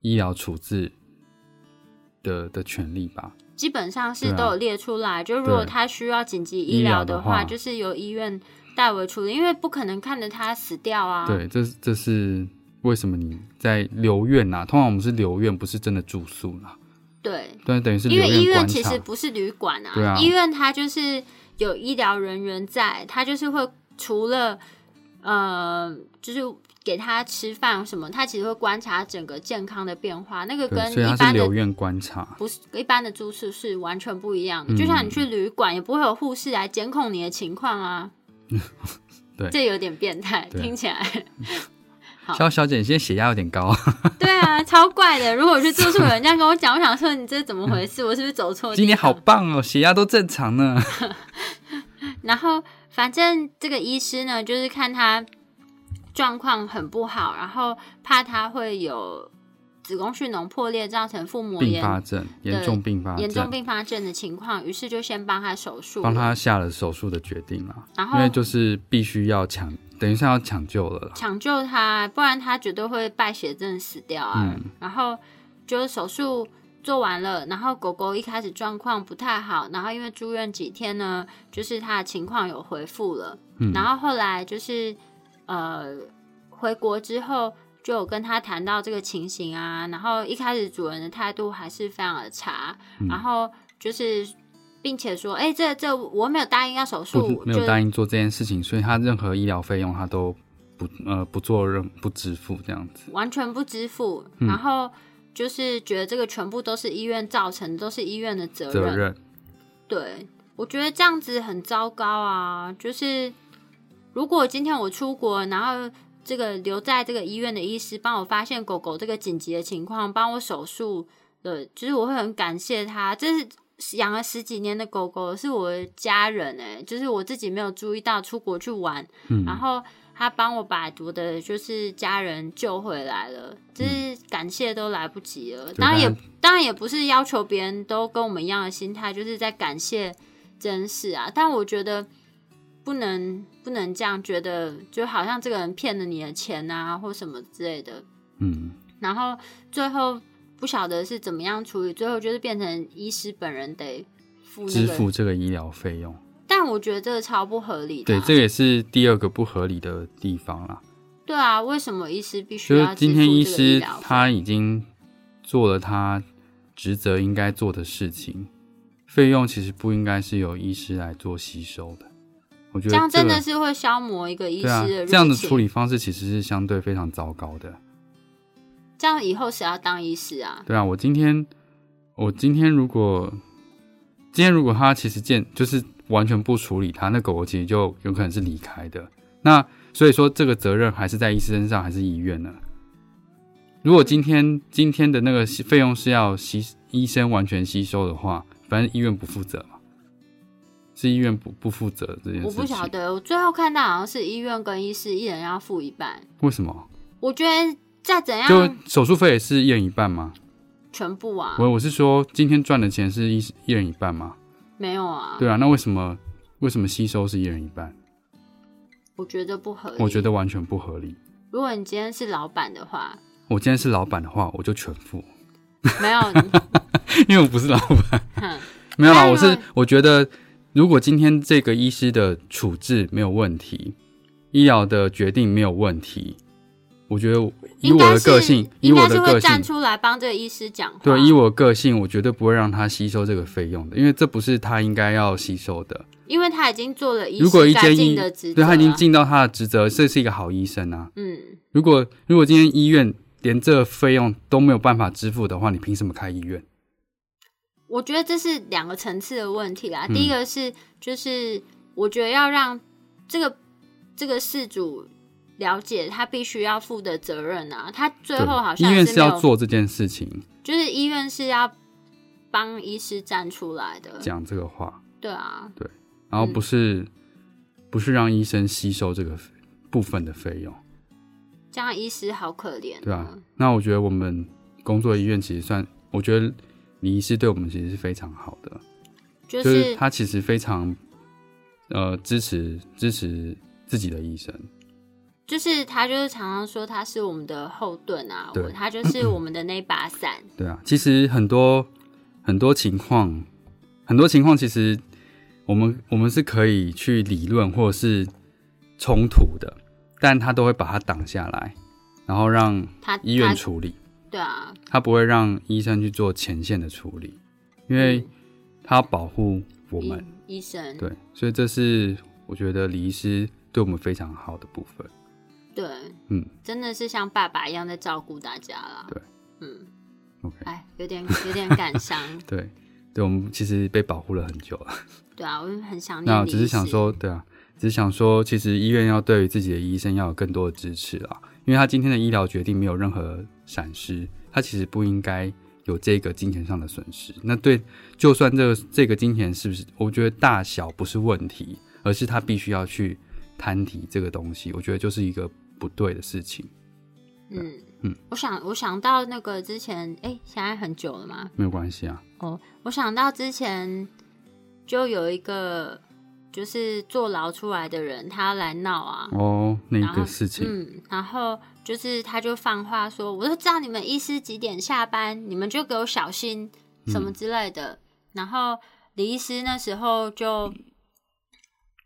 Speaker 2: 医疗处置的的权利吧？
Speaker 1: 基本上是
Speaker 2: 对啊
Speaker 1: 都有列出来，就如果
Speaker 2: 对
Speaker 1: 它需要紧急
Speaker 2: 医
Speaker 1: 医
Speaker 2: 疗
Speaker 1: 疗
Speaker 2: 的
Speaker 1: 的
Speaker 2: 话
Speaker 1: 就是由医院代为处理，因为不可能看着它死掉啊，
Speaker 2: 对，这是这是为什么你在留院啊？通常我们是留院，不是真的住宿啦。
Speaker 1: 对
Speaker 2: 对，等于是留
Speaker 1: 因为医
Speaker 2: 观
Speaker 1: 院其
Speaker 2: 察
Speaker 1: 实。不是旅馆啊，
Speaker 2: 对啊
Speaker 1: 医院它就是有医疗人员在，它就是会除了呃，就是给他吃饭什么，它其实会观察整个健康的变化，那个
Speaker 2: 对，
Speaker 1: 跟
Speaker 2: 所以
Speaker 1: 一
Speaker 2: 他是
Speaker 1: 般的
Speaker 2: 留院观察。
Speaker 1: 不是一般的住宿是完全不一
Speaker 2: 嗯
Speaker 1: 样的。就像你去旅馆，也不会有护士来监控你的情况啊。
Speaker 2: 对
Speaker 1: 这有点变态，
Speaker 2: 对
Speaker 1: 听起来。 好
Speaker 2: 肖小姐，你现在血压有点 高，
Speaker 1: 对啊，超怪的。如果我去住宿，有 人这样跟我讲，我想说你这怎么回事？我是不是走错？
Speaker 2: 今年好。棒哦，血压都正常呢。
Speaker 1: 然后反正这个医师呢，就是看他状况很不好，然后怕他会有子宫蓄脓破裂，造成腹膜
Speaker 2: 并
Speaker 1: 炎、
Speaker 2: 发症，严
Speaker 1: 对
Speaker 2: 重并发
Speaker 1: 严重
Speaker 2: 症，
Speaker 1: 并发症的情况，于是就先帮他手术了，
Speaker 2: 帮他下了手术的决定啦。
Speaker 1: 然
Speaker 2: 因
Speaker 1: 后
Speaker 2: 为就是必须要抢，等于是要抢救了啦。
Speaker 1: 抢救他，不然他绝对会败血症死掉啊。
Speaker 2: 嗯
Speaker 1: 然后就是手术做完了，然后狗狗一开始状况不太好，然后因为住院几天呢，就是他的情况有恢复了。
Speaker 2: 嗯
Speaker 1: 然后后来就是呃回国之后。就有跟他谈到这个情形啊，然后一开始主人的态度还是非常的差，
Speaker 2: 嗯
Speaker 1: 然后就是，并且说，哎、这这我没有答应要手术
Speaker 2: 不，没
Speaker 1: 就
Speaker 2: 有答应做这件事情，所以他任何医疗费用他都不呃不做任不支付这样子。
Speaker 1: 完全不支付，然后就是觉得这个全部都是医院造成的，都是医院的责任。
Speaker 2: 责任
Speaker 1: 对，我觉得这样子很糟糕啊！就是如果今天我出国，然后这个留在这个医院的医师帮我发现狗狗这个紧急的情况，帮我手术的，就是我会很感谢他。这是养了十几年的狗狗，是我的家人哎、就是我自己没有注意到出国去玩，然后他帮我把我的就是家人救回来了，就是感谢都来不及了。当然也
Speaker 2: 当
Speaker 1: 当然也不是要求别人都跟我们一样的心态，就是在感谢这件事啊。但我觉得不能不能这样觉得，就好像这个人骗了你的钱啊，或什么之类的。
Speaker 2: 嗯，
Speaker 1: 然后最后不晓得是怎么样处理，最后就是变成医师本人得付那
Speaker 2: 支
Speaker 1: 个。
Speaker 2: 付这个医疗费用，
Speaker 1: 但我觉得这个超不合理的啊、
Speaker 2: 对，这个也是第二个不合理的地方啦。
Speaker 1: 对啊，为什么医师必须
Speaker 2: 就
Speaker 1: 要支
Speaker 2: 是
Speaker 1: 付
Speaker 2: 今
Speaker 1: 这个
Speaker 2: 天医
Speaker 1: 医
Speaker 2: 师
Speaker 1: 疗费
Speaker 2: 他已经做了他职责应该做的事情，费用其实不应该是由医师来做吸收的。我觉
Speaker 1: 这
Speaker 2: 得
Speaker 1: 样真
Speaker 2: 个
Speaker 1: 的是会消磨一个医师
Speaker 2: 对啊
Speaker 1: 的热情。，
Speaker 2: 这样的处理方式其实是相对非常糟糕的。
Speaker 1: 这样以后谁要当医师啊？
Speaker 2: 对啊，我今天我今天如果今天如果他其实见就是完全不处理他，那狗狗其实就有可能是离开的。那所以说这个责任还是在医师身上，还是医院呢？如果今天今天的那个费用是要吸医生完全吸收的话，反正医院不负责嘛，是医院不不负责这件事情。
Speaker 1: 我不晓得，我最后看到好像是医院跟医师一人要付一半。
Speaker 2: 为什么，
Speaker 1: 我觉得再怎
Speaker 2: 就
Speaker 1: 样
Speaker 2: 手术费也是一人一半吗？
Speaker 1: 全部啊，
Speaker 2: 我我是说，今天赚的钱是一一人一半吗？
Speaker 1: 没有啊，
Speaker 2: 对啊，那为什么为什么吸收是一人一半？
Speaker 1: 我觉得不合理。
Speaker 2: 我觉得完全不合理。
Speaker 1: 如果你今天是老板的 话，
Speaker 2: 我今天是老板的话，我就全 付，
Speaker 1: 没有，
Speaker 2: 因为我不是老板。
Speaker 1: 哼
Speaker 2: 没有啦，
Speaker 1: 那
Speaker 2: 我是我觉得，如果今天这个医师的处置没有问题，医疗的决定没有问题，我觉得以
Speaker 1: 应
Speaker 2: 我
Speaker 1: 该
Speaker 2: 的
Speaker 1: 是
Speaker 2: 个性，以
Speaker 1: 应
Speaker 2: 我
Speaker 1: 该
Speaker 2: 的
Speaker 1: 是
Speaker 2: 个
Speaker 1: 会
Speaker 2: 性
Speaker 1: 站，出来啊帮这个医师讲话。
Speaker 2: 对，以我的个性，我绝对不会让他吸收这个费用的，因为这不是他应该要吸收的。
Speaker 1: 因为他已经做了医
Speaker 2: 如果
Speaker 1: 师
Speaker 2: 一
Speaker 1: 该
Speaker 2: 间
Speaker 1: 尽
Speaker 2: 医
Speaker 1: 的职责，啊
Speaker 2: 对他已经，尽到他的职责，这是一个好医生啊。
Speaker 1: 嗯，
Speaker 2: 如果如果今天医院连这个费用都没有办法支付的话，你凭什么开医院？
Speaker 1: 我觉得这是两个层次的问题啦。
Speaker 2: 嗯
Speaker 1: 第一个是，就是我觉得要让这个这个事主了解他必须要负的责任啊。他最
Speaker 2: 对，
Speaker 1: 后好
Speaker 2: 医
Speaker 1: 像
Speaker 2: 院
Speaker 1: 也
Speaker 2: 是
Speaker 1: 没
Speaker 2: 要
Speaker 1: 有，
Speaker 2: 做这件事情，
Speaker 1: 就是医院是要帮医师站出来的。
Speaker 2: 讲这个话，
Speaker 1: 对啊，
Speaker 2: 然后
Speaker 1: 嗯
Speaker 2: 不是、不是让医生吸收这个部分的费用，
Speaker 1: 这样医师好可怜、
Speaker 2: 对啊。那我觉得我们工作医院其实算，我觉得李医师对我们其实是非常好的，
Speaker 1: 就
Speaker 2: 就是是他其实非常呃支持支持自己的医生，
Speaker 1: 就是他就是常常说他是我们的后盾啊，
Speaker 2: 对
Speaker 1: 我他就是我们的那把伞。
Speaker 2: 对啊。其实很多很多情况，很多情况其实我们我们是可以去理论或者是冲突的，但他都会把它挡下来，然后让
Speaker 1: 他
Speaker 2: 医院
Speaker 1: 他
Speaker 2: 处理，
Speaker 1: 对啊，
Speaker 2: 他不会让医生去做前线的处理，因为他要保护我们。
Speaker 1: 医医生
Speaker 2: 对，所以这是我觉得李医师对我们非常好的部分。
Speaker 1: 对，
Speaker 2: 嗯，
Speaker 1: 真的是像爸爸一样在照顾大家啦。
Speaker 2: 对，
Speaker 1: 嗯，
Speaker 2: OK，。
Speaker 1: 哎，有点有点感伤
Speaker 2: 对，对我们其实被保护了很久了。
Speaker 1: 对啊，我很想念
Speaker 2: 那
Speaker 1: 你。
Speaker 2: 只是想，说，对啊，只是想说，其实医院要对于自己的医生要有更多的支持啦，因为他今天的医疗决定没有任何闪失，他其实不应该有这个金钱上的损失。那对，就算这个这个金钱是不是，我觉得大小不是问题，而是他必须要去摊提这个东西，我觉得就是一个不对的事情，
Speaker 1: 嗯
Speaker 2: 嗯
Speaker 1: 嗯，我想我想到那个之前，哎、现在很久了吗？
Speaker 2: 没有关系啊。
Speaker 1: 哦，我想到之前就有一个就是坐牢出来的人，他来闹啊，
Speaker 2: 哦，那
Speaker 1: 然后
Speaker 2: 个事情，
Speaker 1: 嗯，然后就是他就放话说，我就知道你们医师几点下班，你们就给我小心
Speaker 2: 嗯
Speaker 1: 什么之类的。然后李医师那时候就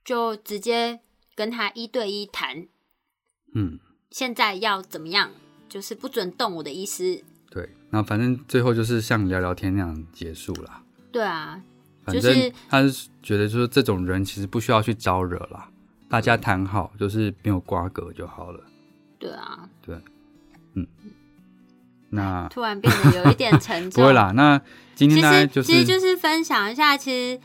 Speaker 1: 就直接跟他一对一谈，
Speaker 2: 嗯，
Speaker 1: 现在要怎么样，就是不准动我的医师。
Speaker 2: 对，那反正最后就是像聊聊天那样结束啦。
Speaker 1: 对啊，
Speaker 2: 反
Speaker 1: 就
Speaker 2: 正
Speaker 1: 是
Speaker 2: 他是觉得说这种人其实不需要去招惹啦，大家谈好就是没有瓜葛就好了。嗯
Speaker 1: 对啊，
Speaker 2: 那
Speaker 1: 突然变得有一点沉重。
Speaker 2: 啊 不会啦，那今
Speaker 1: 其
Speaker 2: 天大概
Speaker 1: 实
Speaker 2: 就是
Speaker 1: 其实就是分享一下，其实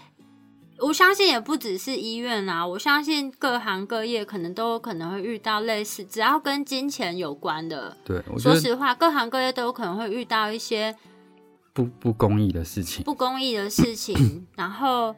Speaker 1: 我相信也不只是医院啦，我相信各行各业可能都有可能会遇到类似，只要跟金钱有关的，
Speaker 2: 对我觉
Speaker 1: 说
Speaker 2: 得
Speaker 1: 实话，各行各业都有可能会遇到一些
Speaker 2: 不不公益的事情，
Speaker 1: 不公义的事 情，然后。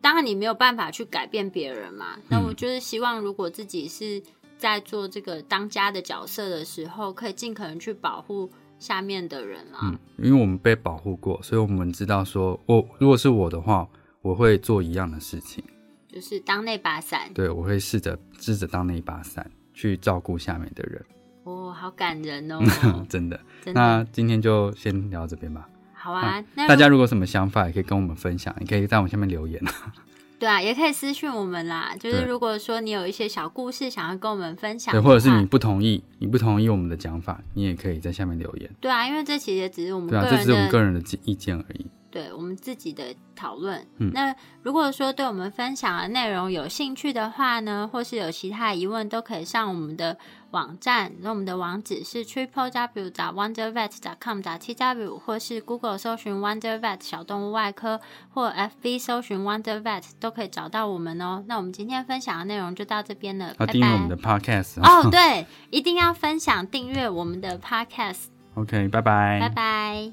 Speaker 1: 当然，你没有办法去改变别人嘛。那
Speaker 2: 嗯
Speaker 1: 我就是希望，如果自己是在做这个当家的角色的时候，可以尽可能去保护下面的人啦。
Speaker 2: 嗯，因为我们被保护过，所以我们知道说，我如果是我的话，我会做一样的事情，
Speaker 1: 就是当那把伞。
Speaker 2: 对我会试着试着当那一把伞去照顾下面的人，嗯
Speaker 1: 哦，好感人 哦，
Speaker 2: 真的。
Speaker 1: 真的。
Speaker 2: 那今天就先聊到这边吧。
Speaker 1: 好啊，那
Speaker 2: 嗯大
Speaker 1: 如
Speaker 2: 家如果有什么想法，也可以跟我们分享，也可以在我们下面留言。
Speaker 1: 对啊，也可以私讯我们啦。就是
Speaker 2: 对
Speaker 1: 如果说你有一些小故事想要跟我们分享
Speaker 2: 对，
Speaker 1: 的话，
Speaker 2: 或者是你不同意，你不同意我们的讲法，你也可以在下面留言。
Speaker 1: 对啊，因为这其实也只是我们
Speaker 2: 对
Speaker 1: 个
Speaker 2: 啊，这
Speaker 1: 人
Speaker 2: 只是我们
Speaker 1: 的，
Speaker 2: 个人的意意见而已。
Speaker 1: 对我们自己的讨论。
Speaker 2: 嗯
Speaker 1: 那如果说对我们分享的内容有兴趣的话呢，或是有其他疑问，都可以上我们的网站。那我们的网址是 triple w 打 wonder vet 打 com 打 t w，或是 Google 搜寻 wonder vet 小动物外科，或 FB 搜寻 wonder vet 都可以找到我们哦。那我们今天分享的内容就到这边了，拜
Speaker 2: 要
Speaker 1: 拜。
Speaker 2: 订阅我们的 podcast
Speaker 1: 哦，对，一定要分享、订阅我们的 podcast。
Speaker 2: 哦 OK，拜
Speaker 1: 拜拜。